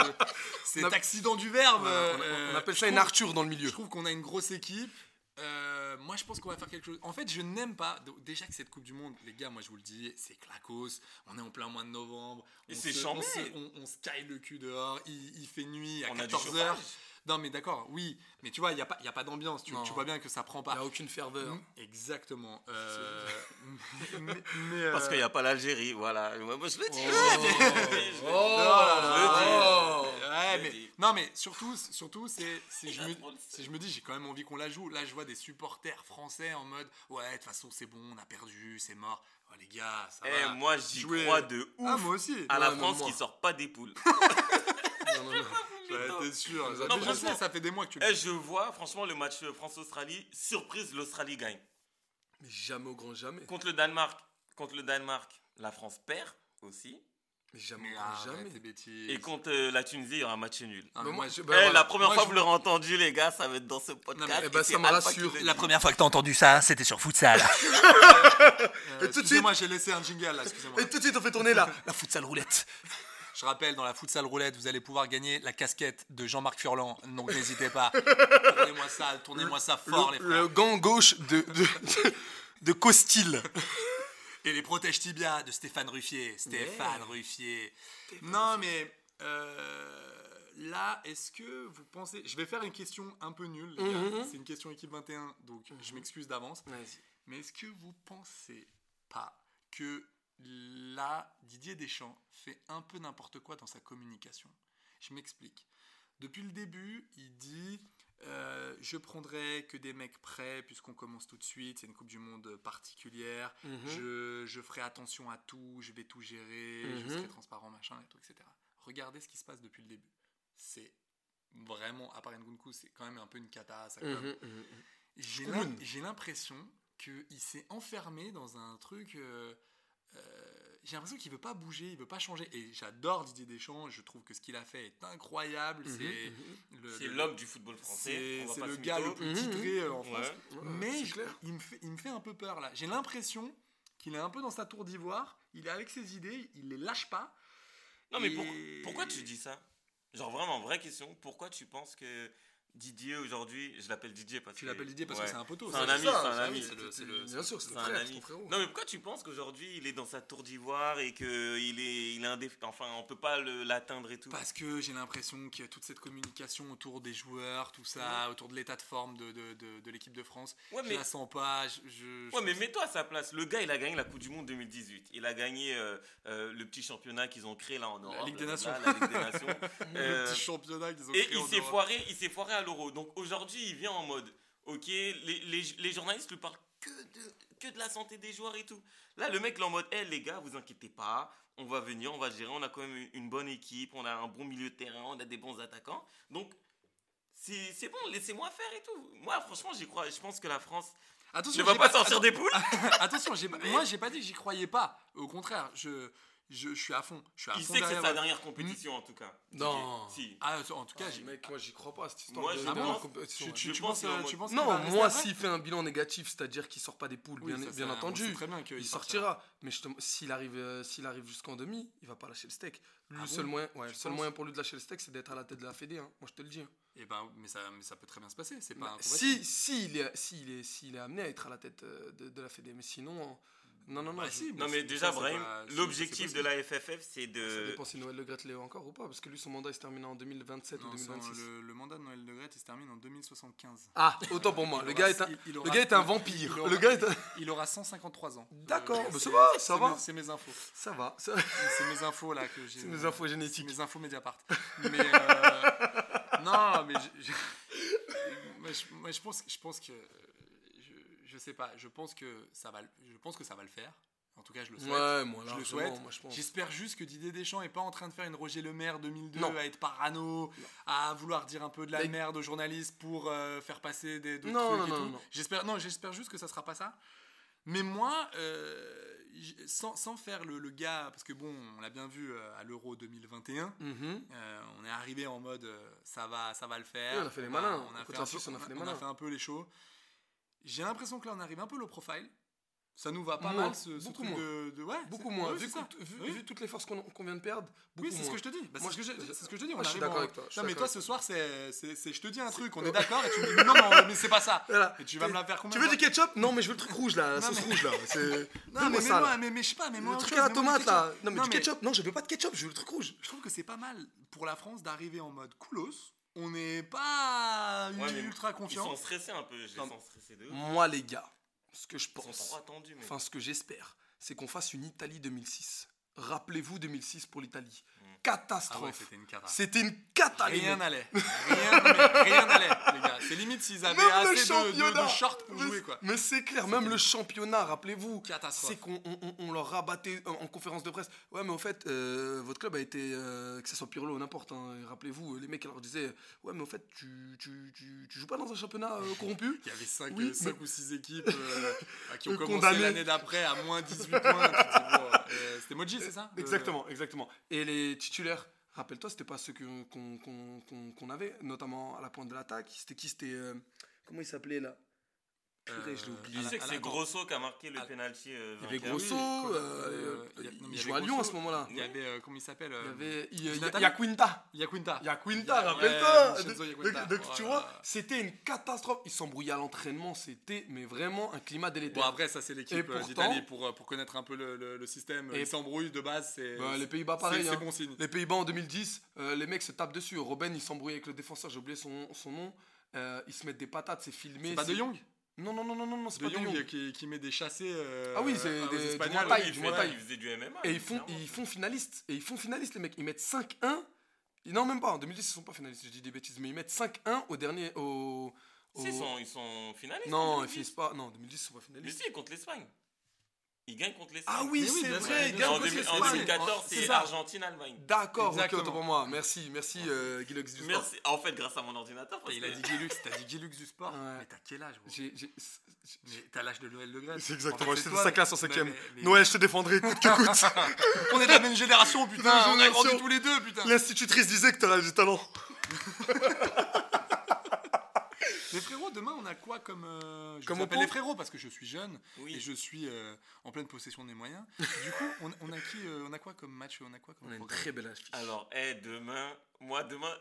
[SPEAKER 9] cet
[SPEAKER 10] On a-
[SPEAKER 9] accident du verbe.
[SPEAKER 10] On, a- on
[SPEAKER 9] euh,
[SPEAKER 10] a- on appelle
[SPEAKER 9] je
[SPEAKER 10] ça une
[SPEAKER 9] trouve-
[SPEAKER 10] Arthur dans le milieu.
[SPEAKER 9] Je trouve qu'on a une grosse équipe. Euh, moi, je pense qu'on va faire quelque chose. En fait, je n'aime pas. donc, Déjà que cette Coupe du Monde, les gars, moi je vous le dis, c'est clacos. On est en plein mois de novembre.
[SPEAKER 6] Et
[SPEAKER 9] On
[SPEAKER 6] c'est
[SPEAKER 9] se-
[SPEAKER 6] chambé.
[SPEAKER 9] On, se- on- on se caille le cul dehors. Il, il fait nuit à
[SPEAKER 6] On a du
[SPEAKER 9] 14h.
[SPEAKER 6] chauffage.
[SPEAKER 9] Non, mais d'accord, oui. Mais tu vois, il n'y a pas, il y a pas d'ambiance. Tu,
[SPEAKER 10] Non.
[SPEAKER 9] tu vois bien que ça prend
[SPEAKER 10] Il n'y
[SPEAKER 9] pas.
[SPEAKER 10] a aucune ferveur.
[SPEAKER 9] Exactement. Euh, mais- mais,
[SPEAKER 6] Parce
[SPEAKER 9] euh,
[SPEAKER 6] qu'il n'y a pas l'Algérie, voilà. Moi, moi, je le dis.
[SPEAKER 9] Oh Ouais,
[SPEAKER 6] là
[SPEAKER 9] ouais,
[SPEAKER 6] Je
[SPEAKER 9] mais-
[SPEAKER 6] le dis.
[SPEAKER 9] non mais surtout, surtout c'est si je
[SPEAKER 6] a
[SPEAKER 9] me
[SPEAKER 6] trop le seum.
[SPEAKER 9] si je me dis j'ai quand même envie qu'on la joue. Là je vois des supporters français en mode ouais de toute façon c'est bon on a perdu c'est mort. Oh, les gars ça va.
[SPEAKER 6] Eh, moi, j'y
[SPEAKER 9] Jouer.
[SPEAKER 6] crois de ouf.
[SPEAKER 9] Ah, moi aussi.
[SPEAKER 6] À la
[SPEAKER 10] Ouais, mais
[SPEAKER 6] France
[SPEAKER 10] moi.
[SPEAKER 6] qui sort pas des poules.
[SPEAKER 10] Non, non, non.
[SPEAKER 9] Ouais, t'es sûr.
[SPEAKER 10] Non,
[SPEAKER 9] Mais je
[SPEAKER 6] franchement.
[SPEAKER 9] sais, ça fait des mois que tu. le
[SPEAKER 6] Eh,
[SPEAKER 9] dis.
[SPEAKER 6] je vois, franchement, le match euh, France-Australie, surprise, l'Australie gagne.
[SPEAKER 10] Mais jamais au grand jamais.
[SPEAKER 6] Contre le Danemark, contre le Danemark, la France perd aussi.
[SPEAKER 10] Mais jamais
[SPEAKER 9] Mais
[SPEAKER 10] au grand
[SPEAKER 9] arrête
[SPEAKER 10] jamais.
[SPEAKER 9] tes bêtises.
[SPEAKER 6] Et contre euh, la Tunisie, il y aura un match
[SPEAKER 9] Non,
[SPEAKER 6] nul.
[SPEAKER 9] mais
[SPEAKER 10] Bah,
[SPEAKER 9] Ben, moi,
[SPEAKER 10] moi,
[SPEAKER 9] je-
[SPEAKER 10] bah,
[SPEAKER 6] Eh,
[SPEAKER 10] voilà.
[SPEAKER 6] la première
[SPEAKER 10] Moi,
[SPEAKER 6] fois
[SPEAKER 10] je-
[SPEAKER 6] que vous l'aurez entendu, les gars, ça va être dans ce
[SPEAKER 9] Non,
[SPEAKER 6] podcast.
[SPEAKER 9] mais,
[SPEAKER 10] eh ben,
[SPEAKER 6] Et
[SPEAKER 10] ça
[SPEAKER 6] c'est
[SPEAKER 10] me
[SPEAKER 6] Alpha
[SPEAKER 10] rassure.
[SPEAKER 6] qui le
[SPEAKER 10] La
[SPEAKER 6] dit.
[SPEAKER 11] Première fois que t'as entendu ça, c'était sur Futsal.
[SPEAKER 9] Euh, excusez-moi j'ai laissé un jingle là excusez-moi.
[SPEAKER 10] Et tout de suite, on fait tourner là.
[SPEAKER 11] La Futsal roulette.
[SPEAKER 9] Je rappelle, dans la futsal roulette, vous allez pouvoir gagner la casquette de Jean-Marc Furlan, donc n'hésitez pas. tournez-moi ça, tournez-moi ça fort, les
[SPEAKER 10] Le,
[SPEAKER 9] frères.
[SPEAKER 10] le gant gauche de, de, de Costil.
[SPEAKER 9] Et les protèges tibia de Stéphane Ruffier. Stéphane Ruffier. Non, mais euh, là, est-ce que vous pensez. Je vais faire une question un peu nulle, les gars. C'est une question équipe 21, donc je m'excuse d'avance. Mais est-ce que vous pensez pas que là, Didier Deschamps fait un peu n'importe quoi dans sa communication Je m'explique. Depuis le début, il dit euh, Je prendrai que des mecs prêts, puisqu'on commence tout de suite, c'est une Coupe du Monde particulière.
[SPEAKER 10] Mmh. Mhm.
[SPEAKER 9] je, je ferai attention à tout, je vais tout gérer, je
[SPEAKER 10] Mhm.
[SPEAKER 9] serai transparent, machin, et tout, etc. Regardez ce qui se passe depuis le début. C'est vraiment, à part Nkunku, c'est quand même un peu une cata, ça
[SPEAKER 10] Mmh. Mhm,
[SPEAKER 9] com. J'ai l'im- j'ai l'impression qu'il s'est enfermé dans un truc. euh, euh, j'ai l'impression qu'il veut pas bouger, il veut pas changer. Et j'adore Didier Deschamps, je trouve que ce qu'il a fait est incroyable.
[SPEAKER 10] Mmh.
[SPEAKER 9] C'est
[SPEAKER 10] Mhm,
[SPEAKER 9] le-
[SPEAKER 6] C'est
[SPEAKER 9] le-
[SPEAKER 6] l'homme du football français.
[SPEAKER 9] c'est
[SPEAKER 6] on va
[SPEAKER 9] c'est
[SPEAKER 6] pas
[SPEAKER 9] le
[SPEAKER 6] se
[SPEAKER 9] gars
[SPEAKER 6] mytho.
[SPEAKER 9] le plus titré euh, en
[SPEAKER 6] Mmh.
[SPEAKER 9] France.
[SPEAKER 6] Ouais.
[SPEAKER 9] Mais
[SPEAKER 10] c'est
[SPEAKER 9] je-
[SPEAKER 10] clair.
[SPEAKER 9] il, me fait, il me fait un peu peur là. J'ai l'impression qu'il est un peu dans sa tour d'ivoire. Il est avec ses idées, il les lâche pas.
[SPEAKER 6] Non, mais
[SPEAKER 9] Et-
[SPEAKER 6] pour- pourquoi tu dis ça Genre, vraiment, vraie question. Pourquoi tu penses que Didier, aujourd'hui, je l'appelle Didier parce
[SPEAKER 9] Tu
[SPEAKER 6] que-
[SPEAKER 9] l'appelles Didier parce
[SPEAKER 6] Ouais.
[SPEAKER 9] que c'est un poteau.
[SPEAKER 6] C'est un
[SPEAKER 9] ça,
[SPEAKER 6] ami,
[SPEAKER 9] ça,
[SPEAKER 6] c'est un
[SPEAKER 9] ça,
[SPEAKER 6] ami.
[SPEAKER 9] oui, c'est le- c'est le-
[SPEAKER 10] Bien sûr, c'est
[SPEAKER 6] C'est
[SPEAKER 10] ton
[SPEAKER 6] un
[SPEAKER 10] frère, c'est
[SPEAKER 6] ami.
[SPEAKER 10] ton frérot.
[SPEAKER 6] Non, mais pourquoi tu penses qu'aujourd'hui il est dans sa tour d'ivoire et que il est, il est indéf- Enfin, on peut pas le- l'atteindre et tout.
[SPEAKER 9] Parce que j'ai l'impression qu'il y a toute cette communication autour des joueurs, tout ça, autour de l'état de forme de, de- de- de l'équipe de France.
[SPEAKER 6] Ouais,
[SPEAKER 9] je
[SPEAKER 6] mais-
[SPEAKER 9] la sens pas. Je, je- je
[SPEAKER 6] Ouais, mais
[SPEAKER 9] trouve-
[SPEAKER 6] mets-toi à sa place. Le gars, il a gagné la Coupe du Monde 2018. Il a gagné euh, euh, le petit championnat qu'ils ont créé là en Europe.
[SPEAKER 9] Ligue des
[SPEAKER 6] blablabla,
[SPEAKER 9] Nations.
[SPEAKER 6] La Ligue des Nations.
[SPEAKER 9] le
[SPEAKER 6] Euh,
[SPEAKER 9] petit championnat qu'ils ont
[SPEAKER 6] et
[SPEAKER 9] créé
[SPEAKER 6] il
[SPEAKER 9] en
[SPEAKER 6] s'est
[SPEAKER 9] Europe.
[SPEAKER 6] foiré, il s'est foiré à l'euro. Donc aujourd'hui, il vient en mode, ok, les, les, les journalistes lui parlent que de, que de la santé des joueurs et tout. Là, le mec, il est en mode, hé les gars, vous inquiétez pas, on va venir, on va gérer, on a quand même une- une bonne équipe, on a un bon milieu de terrain, on a des bons attaquants. Donc c'est c'est bon, laissez-moi faire et tout. Moi, franchement, j'y crois. Je pense que la France
[SPEAKER 9] Attention,
[SPEAKER 6] ne va
[SPEAKER 9] j'ai
[SPEAKER 6] pas sortir des poules.
[SPEAKER 9] Attention, j'ai pas- moi j'ai pas dit que j'y croyais pas. Au contraire, je, je, je suis à fond. Je suis à
[SPEAKER 6] Il
[SPEAKER 9] fond
[SPEAKER 6] sait que c'est
[SPEAKER 9] Ah, derrière- Mm.
[SPEAKER 6] sa dernière compétition en tout cas.
[SPEAKER 10] Non.
[SPEAKER 6] Si.
[SPEAKER 9] Ah, en tout cas,
[SPEAKER 10] Ah,
[SPEAKER 9] j'ai-
[SPEAKER 10] mec, moi j'y crois pas à cette histoire.
[SPEAKER 6] Moi,
[SPEAKER 10] de-
[SPEAKER 6] je
[SPEAKER 10] de-
[SPEAKER 9] pense-
[SPEAKER 10] de compétition,
[SPEAKER 9] tu,
[SPEAKER 10] ouais.
[SPEAKER 9] tu-
[SPEAKER 6] je
[SPEAKER 9] tu
[SPEAKER 6] pense
[SPEAKER 9] penses,
[SPEAKER 6] qu'il est en
[SPEAKER 9] euh, tu
[SPEAKER 6] mode-
[SPEAKER 9] penses qu'il va
[SPEAKER 10] Non,
[SPEAKER 9] rester
[SPEAKER 10] moi,
[SPEAKER 9] après
[SPEAKER 10] s'il fait un bilan négatif, c'est-à-dire qu'il sort pas des poules,
[SPEAKER 9] Oui,
[SPEAKER 10] bien,
[SPEAKER 9] ça,
[SPEAKER 10] bien
[SPEAKER 9] ça, on
[SPEAKER 10] entendu,
[SPEAKER 9] sait très bien qu'il
[SPEAKER 10] il
[SPEAKER 9] sortira.
[SPEAKER 10] sortira. Mais je te- s'il arrive, euh, s'il arrive jusqu'en demi, il va pas lâcher le steak. Le
[SPEAKER 9] Ah
[SPEAKER 10] seul,
[SPEAKER 9] bon
[SPEAKER 10] moyen, ouais, le
[SPEAKER 9] Tu
[SPEAKER 10] seul
[SPEAKER 9] penses
[SPEAKER 10] moyen pour lui de lâcher le steak, c'est d'être à la tête de la Fédé. hein. Moi, je te le dis. hein.
[SPEAKER 9] Et ben, mais ça, mais ça peut très bien se passer. C'est pas
[SPEAKER 10] Bah,
[SPEAKER 9] incompatible.
[SPEAKER 10] si, si, il est, si, il est, si, il est amené à être à la tête euh, de, de la Fédé, mais sinon. euh, Non, non, non.
[SPEAKER 9] Bah,
[SPEAKER 10] je-
[SPEAKER 9] si,
[SPEAKER 6] Non, mais
[SPEAKER 9] c'est-
[SPEAKER 6] déjà,
[SPEAKER 9] ça, c'est
[SPEAKER 6] Brahim,
[SPEAKER 9] pas- c'est-
[SPEAKER 6] l'objectif
[SPEAKER 9] c'est
[SPEAKER 6] de
[SPEAKER 9] possible.
[SPEAKER 6] la FFF, c'est
[SPEAKER 9] euh,
[SPEAKER 10] Ça
[SPEAKER 6] de.
[SPEAKER 10] dépend si Noël Le Gret l'est encore ou pas, parce que lui, son mandat, il se termine en 2027 ou
[SPEAKER 9] Non, son-
[SPEAKER 10] 2026.
[SPEAKER 9] le, le mandat de Noël Le Gret, il se termine en 2075.
[SPEAKER 10] Ah, autant pour moi.
[SPEAKER 9] Il
[SPEAKER 10] Le
[SPEAKER 9] aura-
[SPEAKER 10] gars est un,
[SPEAKER 9] il- il
[SPEAKER 10] le
[SPEAKER 9] aura-
[SPEAKER 10] gars est un
[SPEAKER 9] il-
[SPEAKER 10] vampire.
[SPEAKER 9] il aura-
[SPEAKER 10] le gars est un-
[SPEAKER 9] Il aura 153 ans.
[SPEAKER 10] D'accord,
[SPEAKER 9] Euh,
[SPEAKER 10] bah,
[SPEAKER 9] c'est-
[SPEAKER 10] ça va, ça
[SPEAKER 9] c'est
[SPEAKER 10] va.
[SPEAKER 9] mes- C'est mes infos.
[SPEAKER 10] Ça va. ça-
[SPEAKER 9] C'est mes infos là que j'ai. euh,
[SPEAKER 10] C'est mes infos génétiques.
[SPEAKER 9] C'est mes infos Mediapart. Mais euh, non, mais je, je- moi, je, moi, je pense, je pense que euh, je, je sais pas. Je pense que ça va, le- je pense que ça va le faire. En tout cas, je le souhaite.
[SPEAKER 10] Ouais, moi,
[SPEAKER 9] je le
[SPEAKER 10] largement,
[SPEAKER 9] souhaite.
[SPEAKER 10] moi, je pense.
[SPEAKER 9] J'espère juste que Didier Deschamps est pas en train de faire une Roger Le Maire 2002
[SPEAKER 10] Non.
[SPEAKER 9] à être parano, à vouloir dire un peu de la
[SPEAKER 10] Mais-
[SPEAKER 9] merde aux journalistes pour euh, faire passer des d'autres
[SPEAKER 10] Non,
[SPEAKER 9] trucs
[SPEAKER 10] non,
[SPEAKER 9] et
[SPEAKER 10] non,
[SPEAKER 9] tout.
[SPEAKER 10] non.
[SPEAKER 9] J'espère, non, j'espère juste que ça sera pas ça. Mais moi, euh, j- sans, sans faire le, le gars, parce que bon, on l'a bien vu euh, à l'Euro 2021,
[SPEAKER 10] Mhm.
[SPEAKER 9] euh, on est arrivé en mode euh, ça va, ça va le faire.
[SPEAKER 10] Oui, on a fait les
[SPEAKER 9] va-
[SPEAKER 10] malins.
[SPEAKER 9] On a
[SPEAKER 10] Contre
[SPEAKER 9] fait,
[SPEAKER 10] la
[SPEAKER 9] un peu,
[SPEAKER 10] Suisse, on a fait les
[SPEAKER 9] on a
[SPEAKER 10] malins.
[SPEAKER 9] fait un peu les shows. J'ai l'impression que là, on arrive un peu low profile. Ça nous va pas
[SPEAKER 10] Moins.
[SPEAKER 9] mal ce, ce
[SPEAKER 10] Beaucoup
[SPEAKER 9] truc
[SPEAKER 10] moins.
[SPEAKER 9] de, de- ouais,
[SPEAKER 10] Beaucoup
[SPEAKER 9] c'est-
[SPEAKER 10] moins.
[SPEAKER 9] ouais,
[SPEAKER 10] vu,
[SPEAKER 9] c'est ça.
[SPEAKER 10] que- vu-
[SPEAKER 9] Oui.
[SPEAKER 10] vu toutes les forces qu'on qu'on vient de perdre, beaucoup
[SPEAKER 9] Oui, c'est ce que
[SPEAKER 10] moins.
[SPEAKER 9] je te dis. Bah,
[SPEAKER 10] Moi,
[SPEAKER 9] c'est ce que
[SPEAKER 10] je-
[SPEAKER 9] je- c'est ce que je te dis.
[SPEAKER 10] Moi,
[SPEAKER 9] on
[SPEAKER 10] je suis
[SPEAKER 9] arrive
[SPEAKER 10] d'accord
[SPEAKER 9] en-
[SPEAKER 10] avec toi, je suis
[SPEAKER 9] Non, mais
[SPEAKER 10] d'accord
[SPEAKER 9] toi,
[SPEAKER 10] avec
[SPEAKER 9] ce soir, c'est, c'est, c'est- je te dis un truc, on est d'accord, et tu me dis non, non, mais c'est pas ça.
[SPEAKER 10] Voilà.
[SPEAKER 9] Et tu vas me la faire combien
[SPEAKER 10] Tu veux
[SPEAKER 9] de
[SPEAKER 10] du ketchup Non, mais je veux le truc rouge là, la
[SPEAKER 9] Non,
[SPEAKER 10] sauce
[SPEAKER 9] mais-
[SPEAKER 10] rouge là. C'est-
[SPEAKER 9] Non, mais,
[SPEAKER 10] Fais-moi
[SPEAKER 9] mais
[SPEAKER 10] ça, là.
[SPEAKER 9] moi, mais, mais je sais pas, mais moi.
[SPEAKER 10] Le
[SPEAKER 9] autre
[SPEAKER 10] truc
[SPEAKER 9] chose,
[SPEAKER 10] à la
[SPEAKER 9] mais moi, du
[SPEAKER 10] tomate là.
[SPEAKER 9] ketchup.
[SPEAKER 10] Non, mais
[SPEAKER 9] mais
[SPEAKER 10] du ketchup. Non, je veux pas de ketchup, je veux le truc rouge.
[SPEAKER 9] Je trouve que c'est pas mal pour la France d'arriver en mode coolos. On n'est pas
[SPEAKER 6] Ouais, mais
[SPEAKER 9] ultra
[SPEAKER 6] Ils
[SPEAKER 9] confiant.
[SPEAKER 6] sont stressés un peu, je les sens stressés de ouf.
[SPEAKER 10] Moi, les gars, ce que je
[SPEAKER 6] Ils sont trop
[SPEAKER 10] pense,
[SPEAKER 6] attendus, mais.
[SPEAKER 10] enfin, ce que j'espère, c'est qu'on fasse une Italie 2006. Rappelez-vous 2006 pour l'Italie. Catastrophe.
[SPEAKER 9] Ah ouais, c'était une cata.
[SPEAKER 10] Mm. C'était une cata, les
[SPEAKER 9] Rien
[SPEAKER 10] mecs.
[SPEAKER 9] n'allait. Rien n'allait, rien n'allait, les gars. C'est limite s'ils avaient
[SPEAKER 10] Même le
[SPEAKER 9] assez de- de, de,
[SPEAKER 10] championnat.
[SPEAKER 9] shorts pour
[SPEAKER 10] Mais-
[SPEAKER 9] jouer, quoi.
[SPEAKER 10] Mais c'est clair, même le championnat, rappelez-vous.
[SPEAKER 9] Catastrophe.
[SPEAKER 10] C'est qu'on on- on- on leur rabattait en, en conférence de presse. Ouais, mais en fait, euh, votre club a été, euh, que ce soit Pirlo ou n'importe, hein, rappelez-vous, les mecs ils leur disaient Ouais, mais en fait, tu, tu, tu, tu joues pas dans un championnat euh, corrompu
[SPEAKER 9] Il y avait 5,
[SPEAKER 10] Oui,
[SPEAKER 9] ou 6 équipes euh, à qui ont
[SPEAKER 10] Le
[SPEAKER 9] commencé
[SPEAKER 10] condamné.
[SPEAKER 9] l'année d'après à moins 18 points. Tu te dis, bon, euh, C'était Moji, c'est ça Le-
[SPEAKER 10] Exactement, exactement. Et les titulaires, rappelle-toi, c'était pas ceux que- qu'on qu'on- qu'on- qu'on avait, notamment à la pointe de l'attaque. C'était qui C'était. euh, comment il s'appelait là Purée, je l'ai
[SPEAKER 9] Euh,
[SPEAKER 10] oublié.
[SPEAKER 6] Tu sais que
[SPEAKER 9] à la-
[SPEAKER 6] c'est
[SPEAKER 9] attends.
[SPEAKER 6] Grosso qui a marqué le
[SPEAKER 9] À-
[SPEAKER 6] penalty. euh,
[SPEAKER 10] Il y avait
[SPEAKER 6] vainqueur.
[SPEAKER 10] Grosso,
[SPEAKER 9] Ah Oui,
[SPEAKER 10] euh,
[SPEAKER 9] euh, il y a- non, mais il
[SPEAKER 10] il
[SPEAKER 9] y
[SPEAKER 10] jouait à
[SPEAKER 9] avait
[SPEAKER 10] Lyon à
[SPEAKER 9] Grosso.
[SPEAKER 10] ce moment-là.
[SPEAKER 9] Il y avait, euh, comment il s'appelle euh,
[SPEAKER 10] Il y avait. il y a- il y a-
[SPEAKER 9] Zlatan
[SPEAKER 10] il y a Quinta.
[SPEAKER 9] Yakunta.
[SPEAKER 10] Il y a
[SPEAKER 9] Ouais,
[SPEAKER 10] Quinta, rappelle-toi
[SPEAKER 9] Vincenzo
[SPEAKER 10] Donc-
[SPEAKER 9] Iaquinta.
[SPEAKER 10] Donc tu
[SPEAKER 9] Ouais.
[SPEAKER 10] vois, c'était une catastrophe. Ils s'embrouillaient à l'entraînement, c'était mais vraiment un climat
[SPEAKER 9] Bon,
[SPEAKER 10] délétère.
[SPEAKER 9] après, ça, c'est
[SPEAKER 10] Et
[SPEAKER 9] l'équipe euh,
[SPEAKER 10] pourtant-
[SPEAKER 9] d'Italie pour, euh, pour connaître un peu le, le- le système.
[SPEAKER 10] Et-
[SPEAKER 9] Ils s'embrouillent de base, c'est.
[SPEAKER 10] Bah, les Pays-Bas, pareil.
[SPEAKER 9] c'est-
[SPEAKER 10] hein.
[SPEAKER 9] C'est bon signe.
[SPEAKER 10] Les Pays-Bas en 2010, euh, les mecs se tapent dessus. Robben, il s'embrouille avec le défenseur, j'ai oublié son, son nom. Euh, ils se mettent des patates, c'est filmé.
[SPEAKER 9] C'est pas De Jong
[SPEAKER 10] Non, non, non, non, non, non, c'est
[SPEAKER 9] De
[SPEAKER 10] pas De Jong.
[SPEAKER 9] Jong qui, qui met des chassés. euh,
[SPEAKER 10] Ah oui, c'est
[SPEAKER 9] aux
[SPEAKER 10] des- du
[SPEAKER 9] Espagnols.
[SPEAKER 10] Muay Thai,
[SPEAKER 6] Il
[SPEAKER 10] du
[SPEAKER 6] faisait-
[SPEAKER 10] Muay Thai.
[SPEAKER 6] il faisait du MMA.
[SPEAKER 10] Et ils font,
[SPEAKER 6] clairement.
[SPEAKER 10] ils font finaliste. Et ils font finaliste, les mecs. Ils mettent 5-1. Ils- Non, même pas. En 2010, ils sont pas finalistes, je dis des bêtises. Mais ils mettent 5-1 au dernier. Au, au-
[SPEAKER 6] Si, ils sont- ils sont finalistes.
[SPEAKER 10] Non, ils
[SPEAKER 6] 2010.
[SPEAKER 10] finissent pas. Non, en 2010, ils sont pas
[SPEAKER 6] Mais
[SPEAKER 10] finalistes.
[SPEAKER 6] si, contre l'Espagne. Ils gagnent contre l'Espagne.
[SPEAKER 10] Ah oui,
[SPEAKER 9] Mais oui,
[SPEAKER 10] c'est
[SPEAKER 9] bien sûr,
[SPEAKER 10] vrai,
[SPEAKER 9] bien
[SPEAKER 10] gars,
[SPEAKER 9] sûr.
[SPEAKER 6] En
[SPEAKER 10] parce que
[SPEAKER 6] deux-
[SPEAKER 10] c'est
[SPEAKER 6] en
[SPEAKER 10] pas-
[SPEAKER 6] 2014,
[SPEAKER 10] c'est
[SPEAKER 6] c'est
[SPEAKER 10] ça.
[SPEAKER 6] Argentine-Allemagne.
[SPEAKER 10] D'accord, ok,
[SPEAKER 9] Exactement.
[SPEAKER 10] autant pour moi. Merci, merci, euh, Guy Lux du Sport.
[SPEAKER 6] Merci. En fait, grâce à mon ordinateur. parce
[SPEAKER 9] Il a
[SPEAKER 6] que-
[SPEAKER 9] dit Guilux, t'as dit Guilux du sport.
[SPEAKER 10] Ouais.
[SPEAKER 9] Mais t'as quel âge, gros
[SPEAKER 10] J'ai- j'ai-
[SPEAKER 9] Mais t'as l'âge de Noël Le Gret.
[SPEAKER 10] C'est
[SPEAKER 9] En
[SPEAKER 10] exactement,
[SPEAKER 9] fait,
[SPEAKER 10] j'étais
[SPEAKER 9] c'est
[SPEAKER 10] dans
[SPEAKER 9] toi,
[SPEAKER 10] sa classe en
[SPEAKER 9] mais-
[SPEAKER 10] 5ème.
[SPEAKER 9] mais-
[SPEAKER 10] Noël, je te défendrai, coûte que coûte.
[SPEAKER 9] On est de la même génération, putain.
[SPEAKER 10] Même
[SPEAKER 9] on a grandi
[SPEAKER 10] génération.
[SPEAKER 9] tous les deux, putain.
[SPEAKER 10] L'institutrice disait que t'aurais du talent.
[SPEAKER 9] Mais frérot, demain on a quoi comme. euh, je
[SPEAKER 10] Comme
[SPEAKER 9] vous appelle
[SPEAKER 10] oppo
[SPEAKER 9] les frérots parce que je suis jeune
[SPEAKER 6] Oui.
[SPEAKER 9] et je suis euh, en pleine possession de mes moyens. du coup, on, on a qui, euh, on a quoi comme match On a quoi comme.
[SPEAKER 10] On a une
[SPEAKER 9] programme
[SPEAKER 10] très belle affiche.
[SPEAKER 6] Alors, eh, demain, moi, demain,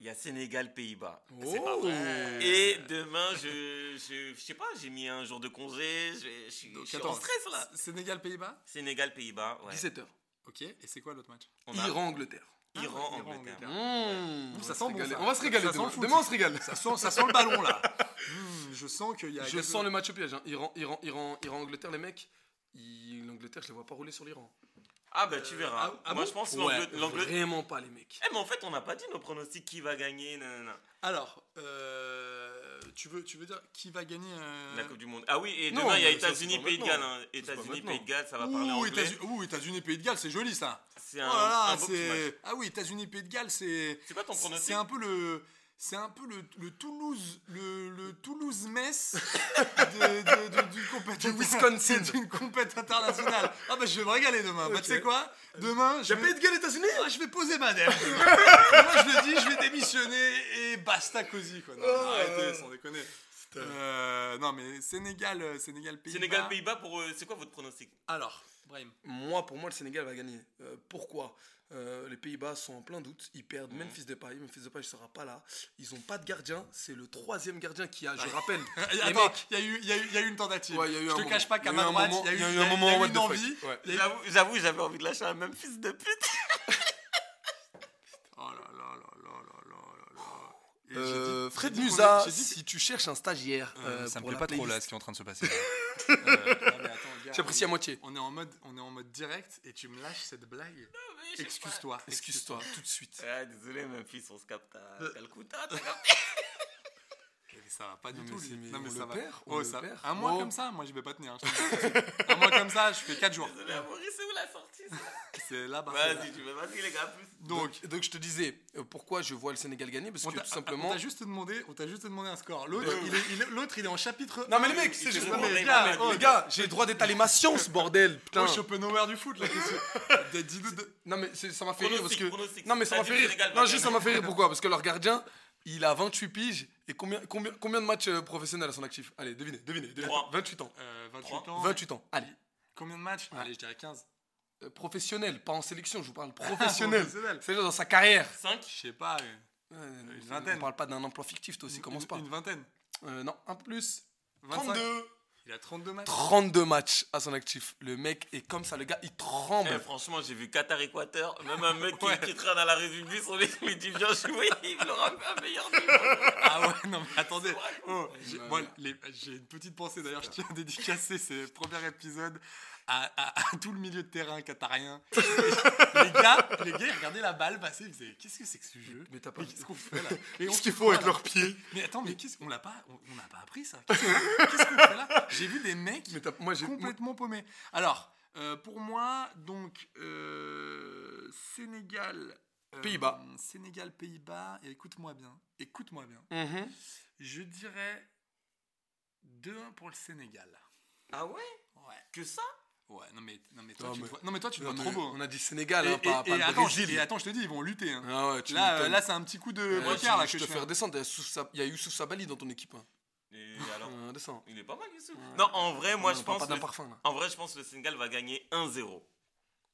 [SPEAKER 6] il y a Sénégal-Pays-Bas. C'est
[SPEAKER 10] Oh.
[SPEAKER 6] pas vrai. Et demain, je, je, je sais pas, j'ai mis un jour de congé, je, je suis- je suis en
[SPEAKER 9] attends,
[SPEAKER 6] stress là.
[SPEAKER 9] S- Sénégal Pays-Bas.
[SPEAKER 6] Sénégal-Pays-Bas, ouais.
[SPEAKER 10] 17h.
[SPEAKER 9] Ok. Et c'est quoi l'autre match
[SPEAKER 6] On a
[SPEAKER 10] Iran-Angleterre.
[SPEAKER 9] Ah, Iran, Angleterre.
[SPEAKER 6] Iran-Angleterre.
[SPEAKER 10] Mmh,
[SPEAKER 9] Ouh,
[SPEAKER 10] on
[SPEAKER 9] ça sent
[SPEAKER 10] va se
[SPEAKER 9] bon,
[SPEAKER 10] régaler.
[SPEAKER 9] ça.
[SPEAKER 10] On va se régaler
[SPEAKER 9] Ça sent le
[SPEAKER 10] demain.
[SPEAKER 9] foot,
[SPEAKER 10] Demain, on se régale.
[SPEAKER 9] Ça sent, ça sent le ballon là. Hmm, je sens qu'il y a.
[SPEAKER 10] Je
[SPEAKER 9] quelque-
[SPEAKER 10] sens le match au piège. hein. Iran, Iran, Iran, Iran, Angleterre, les mecs. ils- L'Angleterre, je les vois pas rouler sur l'Iran.
[SPEAKER 6] Ah, bah, tu verras.
[SPEAKER 9] ah, ah
[SPEAKER 6] moi,
[SPEAKER 9] bon
[SPEAKER 6] je pense que
[SPEAKER 10] Ouais,
[SPEAKER 6] l'Angle- l'Angleterre.
[SPEAKER 10] vraiment pas, les mecs.
[SPEAKER 6] Eh, mais en fait, on n'a pas dit nos pronostics qui va gagner, nanana.
[SPEAKER 9] Alors, euh, tu veux, tu veux dire qui va gagner euh,
[SPEAKER 6] La Coupe du Monde. Ah oui, et
[SPEAKER 10] Non,
[SPEAKER 6] demain, il y a
[SPEAKER 10] mais ça, c'est
[SPEAKER 6] États-Unis,
[SPEAKER 10] pas
[SPEAKER 6] Pays de
[SPEAKER 10] maintenant.
[SPEAKER 6] Galles. hein.
[SPEAKER 10] c'est pas
[SPEAKER 6] États-Unis,
[SPEAKER 10] maintenant.
[SPEAKER 6] Pays de Galles, ça va parler
[SPEAKER 9] Ouh,
[SPEAKER 6] anglais.
[SPEAKER 9] États-Unis, ouh, États-Unis, Pays de Galles, c'est joli ça.
[SPEAKER 6] C'est un,
[SPEAKER 9] oh là là,
[SPEAKER 6] un beau petit match.
[SPEAKER 9] c'est. Ah oui, États-Unis, Pays de Galles, c'est.
[SPEAKER 6] C'est quoi ton pronostic
[SPEAKER 9] C'est un peu le. C'est un peu le, le Toulouse, le, le Toulouse Metz de- de- de- d'une compète,
[SPEAKER 10] Du Wisconsin.
[SPEAKER 9] d'une compète internationale. Ah bah je vais me régaler demain. Bah tu sais quoi Demain, je
[SPEAKER 10] J'ai
[SPEAKER 9] vais,
[SPEAKER 10] payé de gueule, États-Unis
[SPEAKER 9] Ah, je vais poser ma dette. Moi je le dis, je vais démissionner et basta cosy quoi. Non,
[SPEAKER 10] Oh.
[SPEAKER 9] arrêtez, sans déconner. Euh, non, mais Sénégal, euh, Sénégal, Pays-Bas.
[SPEAKER 6] Sénégal, Pays-Bas, pour euh, c'est quoi votre pronostic
[SPEAKER 10] Alors,
[SPEAKER 9] Brahim.
[SPEAKER 10] moi, pour moi, le Sénégal va gagner. Euh, pourquoi Euh, Les Pays-Bas sont en plein doute. Ils perdent Memphis Depay. Memphis Depay ne sera pas là. Ils n'ont pas de gardien. C'est le troisième gardien qui a, je rappelle. les
[SPEAKER 9] Euh, Attends,
[SPEAKER 10] mecs-
[SPEAKER 9] il y, a eu- il y a eu- il y a eu une tentative.
[SPEAKER 10] Bah, Ouais, il y a eu
[SPEAKER 9] je
[SPEAKER 10] un
[SPEAKER 9] te
[SPEAKER 10] moment.
[SPEAKER 9] cache pas qu'à
[SPEAKER 10] Il y
[SPEAKER 9] ma
[SPEAKER 10] a eu un
[SPEAKER 9] droite,
[SPEAKER 10] moment-
[SPEAKER 9] il y a eu,
[SPEAKER 10] il y a eu
[SPEAKER 9] il y a
[SPEAKER 10] un moment,
[SPEAKER 9] eu
[SPEAKER 10] what
[SPEAKER 9] une
[SPEAKER 10] the fuck.
[SPEAKER 9] envie.
[SPEAKER 10] Ouais.
[SPEAKER 9] Il y a eu-
[SPEAKER 6] J'avoue, j'avoue, j'avais envie de lâcher un même fils de pute.
[SPEAKER 9] Oh là là là là là là là là. Et j'ai
[SPEAKER 10] Euh,
[SPEAKER 9] dit-
[SPEAKER 10] Fred
[SPEAKER 9] j'ai dit qu'on-
[SPEAKER 10] Musa,
[SPEAKER 9] j'ai dit-
[SPEAKER 10] si tu cherches un stagiaire, euh,
[SPEAKER 11] ça me
[SPEAKER 10] pour
[SPEAKER 11] plaît
[SPEAKER 10] la
[SPEAKER 11] pas trop là
[SPEAKER 10] playlist-
[SPEAKER 11] ce qui est en train de se passer. Euh, non, mais attends, gars,
[SPEAKER 10] J'apprécie à moitié.
[SPEAKER 9] On est en mode, on est en mode direct et tu me lâches cette blague. Excuse-toi.
[SPEAKER 10] Excuse-toi tout de suite.
[SPEAKER 6] Ah, désolé, même fils, on se capte à Calcutta.
[SPEAKER 9] Eh, mais ça va pas du
[SPEAKER 10] mais
[SPEAKER 9] tout.
[SPEAKER 10] c'est-
[SPEAKER 9] lui.
[SPEAKER 10] mais
[SPEAKER 9] Non, mais
[SPEAKER 10] on
[SPEAKER 9] ça
[SPEAKER 10] le
[SPEAKER 9] va.
[SPEAKER 10] perd, on
[SPEAKER 9] Oh,
[SPEAKER 10] le
[SPEAKER 9] ça-
[SPEAKER 10] perd.
[SPEAKER 9] Un mois
[SPEAKER 10] Oh.
[SPEAKER 9] comme ça, moi je vais pas tenir. hein, je te le dis tout de suite. un mois comme ça, je fais 4 jours.
[SPEAKER 6] désolé, à Maurice, c'est où la sortie ça
[SPEAKER 9] C'est là-bas.
[SPEAKER 6] Vas-y, tu veux, vas-y, les gars, plus.
[SPEAKER 10] Donc, donc, je te disais euh, pourquoi je vois le Sénégal gagner parce
[SPEAKER 9] On
[SPEAKER 10] que
[SPEAKER 9] t'a
[SPEAKER 10] tout simplement.
[SPEAKER 9] on t'a juste demandé, on t'a juste demandé un score. L'autre, il est, il est- l'autre, il est en chapitre.
[SPEAKER 10] Non mais les
[SPEAKER 9] un.
[SPEAKER 10] mecs, c'est
[SPEAKER 6] te
[SPEAKER 10] juste
[SPEAKER 6] demande,
[SPEAKER 10] mais les
[SPEAKER 6] les
[SPEAKER 9] Ah,
[SPEAKER 10] gars,
[SPEAKER 6] mecs,
[SPEAKER 10] oh, les gars, j'ai le droit d'étaler ma science, bordel, putain.
[SPEAKER 9] Oh, Schopenhauer du foot là. qu'est-ce que- Des- dis-nous de-
[SPEAKER 10] Non mais c'est- ça m'a fait rire parce
[SPEAKER 6] Pronostic,
[SPEAKER 10] que
[SPEAKER 6] pronostic.
[SPEAKER 10] non mais ça
[SPEAKER 6] T'as
[SPEAKER 10] m'a
[SPEAKER 6] dit
[SPEAKER 10] fait
[SPEAKER 6] le
[SPEAKER 10] rire.
[SPEAKER 6] Sénégal va
[SPEAKER 10] Non juste ça
[SPEAKER 6] gagner.
[SPEAKER 10] m'a fait rire pourquoi parce que leur gardien, il a 28 piges et combien combien combien de matchs euh, professionnels à son actif Allez, devinez, devinez, devinez.
[SPEAKER 6] Trois.
[SPEAKER 10] 28 ans.
[SPEAKER 9] Euh, 28
[SPEAKER 6] Trois.
[SPEAKER 9] ans.
[SPEAKER 10] 28 ans. Allez,
[SPEAKER 9] Combien de matchs Allez, je dirais 15.
[SPEAKER 10] Euh, professionnel, pas en sélection, je vous parle professionnel.
[SPEAKER 9] Professionnel.
[SPEAKER 10] C'est-à-dire dans sa carrière.
[SPEAKER 6] 5
[SPEAKER 9] Je sais pas. euh,
[SPEAKER 10] Euh,
[SPEAKER 9] vingtaine.
[SPEAKER 10] On parle pas d'un emploi fictif toi aussi, commence
[SPEAKER 9] une-
[SPEAKER 10] pas.
[SPEAKER 9] Une vingtaine.
[SPEAKER 10] Euh, non, un plus.
[SPEAKER 9] 25.
[SPEAKER 10] 32
[SPEAKER 9] Il a 32 matchs.
[SPEAKER 10] 32 matchs à son actif. Le mec est comme ça, le gars, il tremble.
[SPEAKER 6] Eh, franchement, j'ai vu Qatar-Équateur. Même un mec qui, qui traîne à la résumé, on lui lui dit bien joué, il me l'aura fait un meilleur niveau.
[SPEAKER 9] Ah ouais, non mais attendez. Oh, j'ai moi, les- j'ai une petite pensée d'ailleurs, je tiens à dédicacer ce premier épisode à, à- à tout le milieu de terrain qatarien. les, gars, les gars, ils regardaient la balle passer, ils faisaient Qu'est-ce que c'est que ce jeu
[SPEAKER 10] Mais t'as pas-
[SPEAKER 9] Qu'est-ce qu'on fait là Et on
[SPEAKER 10] Qu'est-ce
[SPEAKER 9] se
[SPEAKER 10] qu'il
[SPEAKER 9] fait
[SPEAKER 10] faut avec
[SPEAKER 9] là
[SPEAKER 10] leurs pieds
[SPEAKER 9] Mais attends, mais qu'est-ce qu'on l'a pas, on, on n'a pas appris ça Qu'est-ce qu'on qu'est-ce qu'on fait là J'ai vu des mecs
[SPEAKER 10] Mais t'as- moi, j'ai-
[SPEAKER 9] complètement paumés. Alors, euh, pour moi, donc, euh, Sénégal. euh,
[SPEAKER 10] Pays-Bas.
[SPEAKER 9] Sénégal, Pays-Bas. Et écoute-moi bien. Écoute-moi bien.
[SPEAKER 10] Mhm.
[SPEAKER 9] Je dirais 2-1 pour le Sénégal.
[SPEAKER 6] Ah ouais
[SPEAKER 9] Ouais.
[SPEAKER 6] Que ça
[SPEAKER 9] Ouais, non mais, non mais toi,
[SPEAKER 10] Non,
[SPEAKER 9] tu
[SPEAKER 10] mais-
[SPEAKER 9] te vois, non, mais toi, tu te
[SPEAKER 10] Non,
[SPEAKER 9] vois
[SPEAKER 10] mais
[SPEAKER 9] trop beau. hein.
[SPEAKER 10] On a dit Sénégal,
[SPEAKER 9] et,
[SPEAKER 10] hein, pas,
[SPEAKER 9] et-
[SPEAKER 10] pas
[SPEAKER 9] et
[SPEAKER 10] le
[SPEAKER 9] attends, je-
[SPEAKER 10] Brésil.
[SPEAKER 9] et attends, je te dis, ils vont lutter. hein.
[SPEAKER 10] Ah ouais, tu
[SPEAKER 9] là, euh,
[SPEAKER 10] m'étonnes.
[SPEAKER 9] là c'est un petit coup de
[SPEAKER 10] Ouais, tu-
[SPEAKER 9] brocard là,
[SPEAKER 10] je
[SPEAKER 9] que
[SPEAKER 10] te
[SPEAKER 9] je
[SPEAKER 10] fais
[SPEAKER 9] fais.
[SPEAKER 10] redescendre. Il y a Youssouf Sa- Il y a Youssouf Sabali dans ton équipe. hein.
[SPEAKER 6] Et alors
[SPEAKER 10] Euh, Descends.
[SPEAKER 6] Il est pas mal, Youssou. Non, en vrai, moi,
[SPEAKER 10] on
[SPEAKER 6] je
[SPEAKER 10] parle pas
[SPEAKER 6] pense.
[SPEAKER 10] d'un
[SPEAKER 6] le-
[SPEAKER 10] parfum, là.
[SPEAKER 6] En vrai, je pense que le Sénégal va gagner 1-0.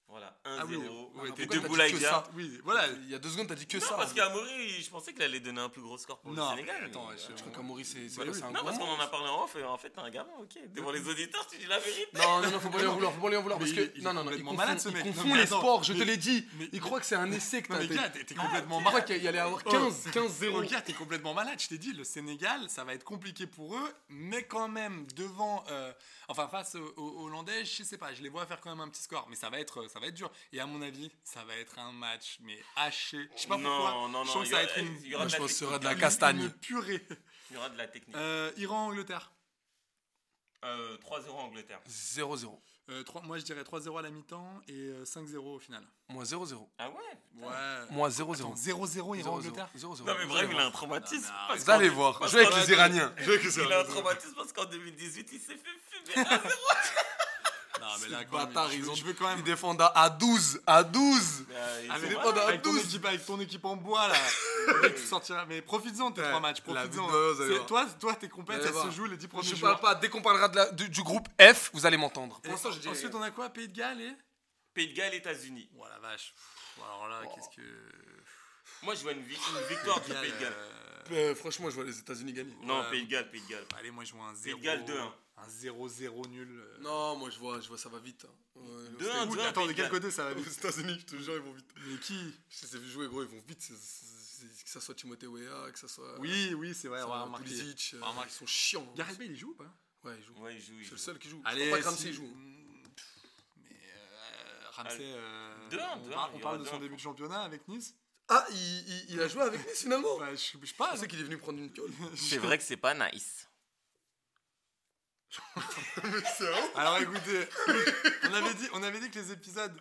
[SPEAKER 6] Voilà, 1-0.
[SPEAKER 9] oui,
[SPEAKER 10] Ouais,
[SPEAKER 6] T'es
[SPEAKER 10] pourquoi t'as
[SPEAKER 6] debout
[SPEAKER 10] dit
[SPEAKER 6] là,
[SPEAKER 10] que
[SPEAKER 6] il vient.
[SPEAKER 10] ça
[SPEAKER 9] Oui, voilà.
[SPEAKER 10] Il y a deux secondes, t'as dit que
[SPEAKER 6] Non,
[SPEAKER 10] ça.
[SPEAKER 6] parce
[SPEAKER 10] qu'à
[SPEAKER 6] qu'Amaury, je pensais qu'il allait donner un plus gros score pour
[SPEAKER 9] Non,
[SPEAKER 6] le Sénégal.
[SPEAKER 9] attends,
[SPEAKER 6] mais,
[SPEAKER 9] je-
[SPEAKER 6] euh,
[SPEAKER 10] je crois qu'à Maurice, c'est c'est
[SPEAKER 9] Bah
[SPEAKER 10] pas
[SPEAKER 9] oui.
[SPEAKER 10] c'est un
[SPEAKER 6] Non,
[SPEAKER 10] gros
[SPEAKER 6] parce qu'on
[SPEAKER 10] moment.
[SPEAKER 6] en a parlé en off et en fait, t'es un gamin, ok. Devant les auditeurs, tu dis la vérité.
[SPEAKER 10] Non, non, non, faut pas lui en vouloir, faut pas lui en vouloir,
[SPEAKER 9] Mais
[SPEAKER 10] parce
[SPEAKER 9] il-
[SPEAKER 10] que,
[SPEAKER 9] il est
[SPEAKER 10] non, non, non, il
[SPEAKER 9] complètement
[SPEAKER 10] confond,
[SPEAKER 9] malade, ce
[SPEAKER 10] il
[SPEAKER 9] mec.
[SPEAKER 10] confond
[SPEAKER 9] Non, mais
[SPEAKER 10] les
[SPEAKER 9] attends,
[SPEAKER 10] sports, je
[SPEAKER 9] mais-
[SPEAKER 10] te l'ai dit,
[SPEAKER 9] mais-
[SPEAKER 10] il croit que c'est un essai que
[SPEAKER 9] Non,
[SPEAKER 10] t'as
[SPEAKER 9] mais
[SPEAKER 10] fait.
[SPEAKER 9] gars, t'es t'es complètement
[SPEAKER 10] Il croit
[SPEAKER 9] malade.
[SPEAKER 10] qu'il y allait avoir
[SPEAKER 9] Oh.
[SPEAKER 10] 15,
[SPEAKER 9] Oh,
[SPEAKER 10] 15-0.
[SPEAKER 9] gars, t'es complètement malade. Je t'ai dit, le Sénégal, ça va être compliqué pour eux, mais quand même devant, euh, enfin face aux, aux Hollandais, je sais pas, je les vois faire quand même un petit score, mais ça va être, euh, ça va être dur. Et à mon avis, ça va être un match mais haché. Je sais pas
[SPEAKER 6] Non,
[SPEAKER 9] pourquoi.
[SPEAKER 6] non, non,
[SPEAKER 9] je trouve
[SPEAKER 6] il
[SPEAKER 9] que
[SPEAKER 6] y
[SPEAKER 9] ça va
[SPEAKER 6] aura-
[SPEAKER 9] être une,
[SPEAKER 6] il y aura
[SPEAKER 10] Moi, je
[SPEAKER 6] de la
[SPEAKER 10] pense que ce sera de la
[SPEAKER 9] une- une
[SPEAKER 10] castagne.
[SPEAKER 9] purée.
[SPEAKER 6] Il y aura de la technique.
[SPEAKER 9] Euh, Iran Angleterre.
[SPEAKER 6] Euh, 3-0 Angleterre.
[SPEAKER 10] 0-0.
[SPEAKER 9] Euh, trois- moi je dirais 3-0 à la mi-temps et euh, 5-0 au final.
[SPEAKER 10] Moi, 0-0.
[SPEAKER 6] Ah ouais
[SPEAKER 9] Ouais.
[SPEAKER 10] Moi, 0-0.
[SPEAKER 9] 0-0 Iran Angleterre.
[SPEAKER 10] 0-0.
[SPEAKER 6] Non, mais bref, il a un traumatisme. parce
[SPEAKER 10] Vous allez
[SPEAKER 6] qu'en-
[SPEAKER 10] voir,
[SPEAKER 6] parce
[SPEAKER 10] je vais avec
[SPEAKER 6] qu'en-
[SPEAKER 10] les Iraniens. Je vais avec les
[SPEAKER 6] Il a un
[SPEAKER 10] Iraniens.
[SPEAKER 6] traumatisme parce qu'en 2018, il s'est fait fumer à 0.
[SPEAKER 9] Non mais là quand même,
[SPEAKER 10] Bâtard,
[SPEAKER 9] je-
[SPEAKER 10] ils ont-
[SPEAKER 9] je veux quand même
[SPEAKER 10] Ils défendent à- à 12, à 12.
[SPEAKER 6] Ah,
[SPEAKER 9] Avec,
[SPEAKER 10] C'est pas dans la
[SPEAKER 9] avec ton
[SPEAKER 10] 12.
[SPEAKER 9] équipe, avec ton équipe en bois là, Mec, tu sortiras. Mais profites-en de tes
[SPEAKER 10] Ouais,
[SPEAKER 9] trois matchs,
[SPEAKER 10] la
[SPEAKER 9] profites-en.
[SPEAKER 10] vie de Noël, vous allez
[SPEAKER 9] C'est-
[SPEAKER 10] voir.
[SPEAKER 9] Toi, toi, tes compètes,
[SPEAKER 10] Allez
[SPEAKER 9] elles se
[SPEAKER 10] voir.
[SPEAKER 9] jouent les 10 premiers
[SPEAKER 10] Je
[SPEAKER 9] jours.
[SPEAKER 10] parle pas, dès qu'on parlera de la- du, du groupe F, vous allez m'entendre.
[SPEAKER 9] Et ensuite, on a quoi Pays de Galles et
[SPEAKER 6] Pays de Galles, États-Unis.
[SPEAKER 9] Oh la vache. Pff, Alors
[SPEAKER 10] Oh.
[SPEAKER 9] là, qu'est-ce que.
[SPEAKER 6] Moi, je vois une, vi- une victoire du Pays de Galles.
[SPEAKER 9] euh,
[SPEAKER 10] Euh, franchement, je vois les États-Unis gagner.
[SPEAKER 6] Non, Pays de Galles, Pays de Galles.
[SPEAKER 9] Allez, moi je vois un 0.
[SPEAKER 6] Galles, 2-1.
[SPEAKER 9] Un 0-0 nul. euh.
[SPEAKER 10] hein. Non, moi je vois, je vois ça va vite. hein. Ouais,
[SPEAKER 6] Deux,
[SPEAKER 10] aux
[SPEAKER 6] un,
[SPEAKER 10] États-Unis-
[SPEAKER 6] deux, un,
[SPEAKER 9] Attends, de
[SPEAKER 6] Pays de
[SPEAKER 9] quel
[SPEAKER 6] Galles.
[SPEAKER 9] côté ça va
[SPEAKER 10] Aux
[SPEAKER 9] vite
[SPEAKER 10] États-Unis, je te jure, ils vont vite.
[SPEAKER 9] Mais qui
[SPEAKER 10] Je les ai vus jouer, gros, ils vont vite. c'est- c'est- c'est- que ça soit Timothée Weah, que ça soit.
[SPEAKER 9] Oui, oui, c'est vrai,
[SPEAKER 10] ça
[SPEAKER 9] on
[SPEAKER 10] soit
[SPEAKER 9] va remarquer.
[SPEAKER 10] Pulisic, euh,
[SPEAKER 9] On va remarquer.
[SPEAKER 10] ils sont chiants. hein.
[SPEAKER 9] Gareth Bale, il joue ou pas
[SPEAKER 10] Ouais, ils jouent.
[SPEAKER 6] Ouais, il joue. il
[SPEAKER 10] C'est
[SPEAKER 6] joue.
[SPEAKER 10] le seul qui joue.
[SPEAKER 9] Allez,
[SPEAKER 10] je crois pas
[SPEAKER 9] si-
[SPEAKER 10] que Ramsey joue.
[SPEAKER 9] Mm, pff, Mais euh, Ramsey. euh,
[SPEAKER 6] Deux, un,
[SPEAKER 9] on
[SPEAKER 6] deux,
[SPEAKER 9] parle-
[SPEAKER 6] un, il
[SPEAKER 9] On
[SPEAKER 6] y
[SPEAKER 9] parle
[SPEAKER 6] aura
[SPEAKER 9] de
[SPEAKER 6] deux,
[SPEAKER 9] son
[SPEAKER 6] un,
[SPEAKER 9] début de championnat avec Nice
[SPEAKER 10] Ah, il, il- il a joué avec Nice finalement.
[SPEAKER 9] Bah, je je sais pas.
[SPEAKER 10] Je sais qu'il est venu prendre une piole.
[SPEAKER 6] C'est vrai que c'est pas nice.
[SPEAKER 9] Alors écoutez, on avait, dit, on avait dit que les épisodes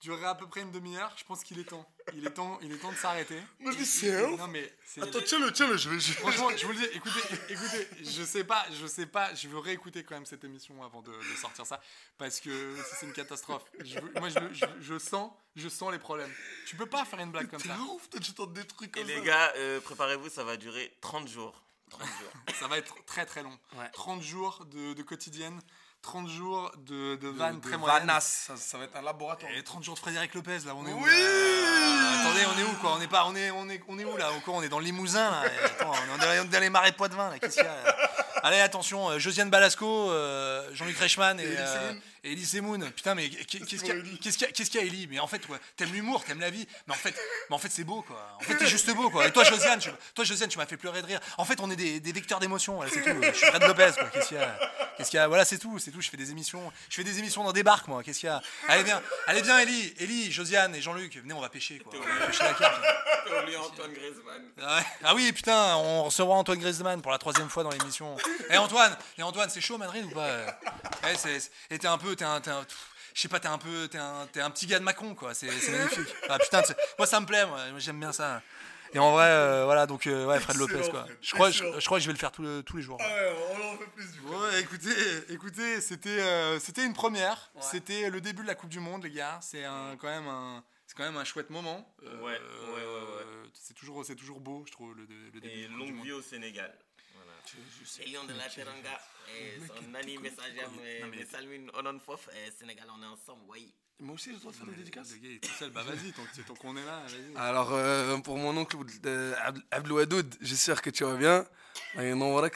[SPEAKER 9] dureraient à peu près une demi-heure. Je pense qu'il est temps. Il est temps, il est temps de s'arrêter.
[SPEAKER 10] Mais c'est
[SPEAKER 9] Non mais c'est.
[SPEAKER 10] tiens-le, tiens-le, je vais. je-
[SPEAKER 9] Franchement, je vous le dis, écoutez, écoutez, je sais pas, je sais pas, je veux réécouter quand même cette émission avant de, de sortir ça, parce que si c'est une catastrophe, je veux- moi je, je- je sens, je sens les problèmes. Tu peux pas faire une blague comme
[SPEAKER 10] T'es
[SPEAKER 9] ça.
[SPEAKER 10] un ouf, toi, tu tentes des trucs
[SPEAKER 6] Et
[SPEAKER 10] comme ça.
[SPEAKER 6] les gars, euh, préparez-vous, ça va durer 30 jours. 30 jours.
[SPEAKER 9] Ça va être très très long. 30 jours de, de quotidienne, 30 jours de, de vannes
[SPEAKER 10] de
[SPEAKER 9] très moyennes.
[SPEAKER 10] Vanas, ça, ça va être un laboratoire.
[SPEAKER 9] Et 30 Eh, jours de Frédéric Lopez, là, on est où
[SPEAKER 10] Oui
[SPEAKER 9] là Attendez, on est où, quoi On est pas, on est, on est, on est où, là Encore, on est dans le Limousin, là Et Attends, on est dans- on est dans les marais Poitevin, là, qu'est-ce qu'il y a là Allez, attention, euh, Josiane Balasco, euh, Jean-Luc Reichmann et, euh, et Elie Semoun. Putain, mais qu'est- qu'est-ce qu'il y a, qu'est-ce qu'il y a- qu'est-ce qu'il y a, Elie Mais en fait, ouais, t'aimes l'humour, t'aimes la vie. Mais en fait, mais en fait c'est beau, quoi. En fait, t'es juste beau, quoi. Et toi, Josiane, tu, toi, Josiane, tu m'as fait pleurer de rire. En fait, on est des, des vecteurs d'émotions, voilà, c'est tout. Je suis Fred Lopez, quoi. Qu'est-ce qu'il y a Qu'est-ce qu'il y a Voilà, c'est tout, c'est tout. Je fais des émissions. Je fais des émissions dans des barques, moi. Qu'est-ce qu'il y a Allez, viens, allez, viens, Elie, Elie, Josiane et Jean-Luc. Venez, on va pêcher, quoi. On va pêcher la carte.
[SPEAKER 6] T'as oublié Antoine Griezmann.
[SPEAKER 9] Ah ouais. Ah oui, putain, on recevra Antoine Griezmann pour la troisième fois dans l'émission. Eh Antoine, eh, Antoine, c'est chaud Madrid ou pas euh Eh, c'est- c'est- eh, t'es un peu, t'es un, t'es un- pff, je sais pas, t'es un peu, t'es un, t'es un petit gars de Macron quoi. C'est c'est magnifique. Ah putain, c'est- moi ça me plaît, moi, moi, j'aime bien ça. Et en vrai, euh, voilà, donc euh, ouais, Fred Lopez quoi.
[SPEAKER 10] Fred,
[SPEAKER 9] Je crois, je,
[SPEAKER 10] excellent.
[SPEAKER 9] je crois que je vais le faire tout le- tous les jours.
[SPEAKER 10] Ah ouais, on en fait plus du coup.
[SPEAKER 9] Ouais, écoutez, écoutez, c'était euh, c'était une première. C'était le début de la Coupe du Monde, les gars. C'est un quand même un c'est quand même un chouette moment. Euh,
[SPEAKER 6] Ouais, ouais, ouais,
[SPEAKER 9] C'est toujours c'est toujours beau, je trouve le, le début. de
[SPEAKER 6] Et
[SPEAKER 9] la Coupe du
[SPEAKER 6] longue
[SPEAKER 9] Monde.
[SPEAKER 6] vie au Sénégal. Voilà. Les lions de la Teranga, eh, son ami message, eh, mais Salmin Onon Fof, eh, Sénégal, on est ensemble, oui.
[SPEAKER 10] Moi aussi, j'ai le droit de faire des dédicaces.
[SPEAKER 9] Le gars, il est tout seul. Bah vas-y, tant, que- tant qu'on est là, vas-y.
[SPEAKER 10] Alors, euh, pour mon oncle euh, Abd- Abdel Wadoud, j'espère que tu vas bien. الله ينورك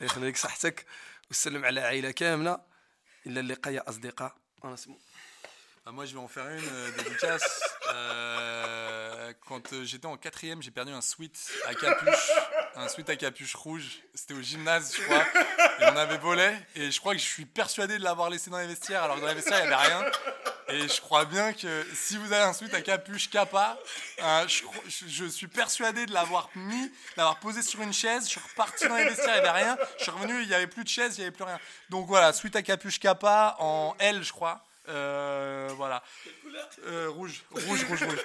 [SPEAKER 10] الله يخليك صحتك وسلم على عائله كامله الى اللقاء يا اصدقاء انا سمو
[SPEAKER 9] Bah, moi, je vais en faire une euh, dédicace. Euh, quand euh, j'étais en quatrième, j'ai perdu un sweat à capuche, un sweat à capuche rouge. C'était au gymnase, je crois. Et on avait volé. Et je crois que je suis persuadé de l'avoir laissé dans les vestiaires, alors que dans les vestiaires, il n'y avait rien. Et je crois bien que si vous avez un sweat à capuche kappa, hein, je, cro- je- je suis persuadé de l'avoir mis, de l'avoir posé sur une chaise. Je suis reparti dans les vestiaires, il n'y avait rien. Je suis revenu, il n'y avait plus de chaise, il n'y avait plus rien. Donc voilà, sweat à capuche kappa en L, je crois. Euh, voilà. Euh, rouge, rouge, rouge, rouge.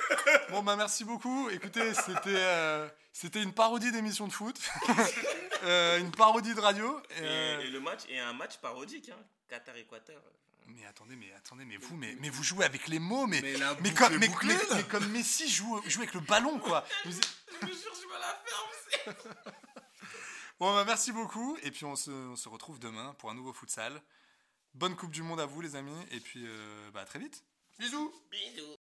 [SPEAKER 9] Bon, bah merci beaucoup. Écoutez, c'était euh, c'était une parodie d'émission de foot, Euh, une parodie de radio.
[SPEAKER 6] Et,
[SPEAKER 9] Euh,
[SPEAKER 6] et le match est un match parodique, hein. Qatar-Équateur.
[SPEAKER 9] Mais attendez, mais attendez, mais vous, mais, mais vous jouez avec les mots, mais mais,
[SPEAKER 10] la boucle
[SPEAKER 9] comme,
[SPEAKER 10] est
[SPEAKER 9] mais,
[SPEAKER 10] bouclée,
[SPEAKER 9] mais-
[SPEAKER 10] là.
[SPEAKER 9] mais comme Messi joue, joue avec le ballon, quoi. Vous-
[SPEAKER 6] Je vous jure, je vais la faire, monsieur.
[SPEAKER 9] Bon, bah, merci beaucoup. Et puis on se, on se retrouve demain pour un nouveau futsal. Bonne Coupe du Monde à vous, les amis. Et puis euh, bah, à très vite. Bisous.
[SPEAKER 6] Bisous.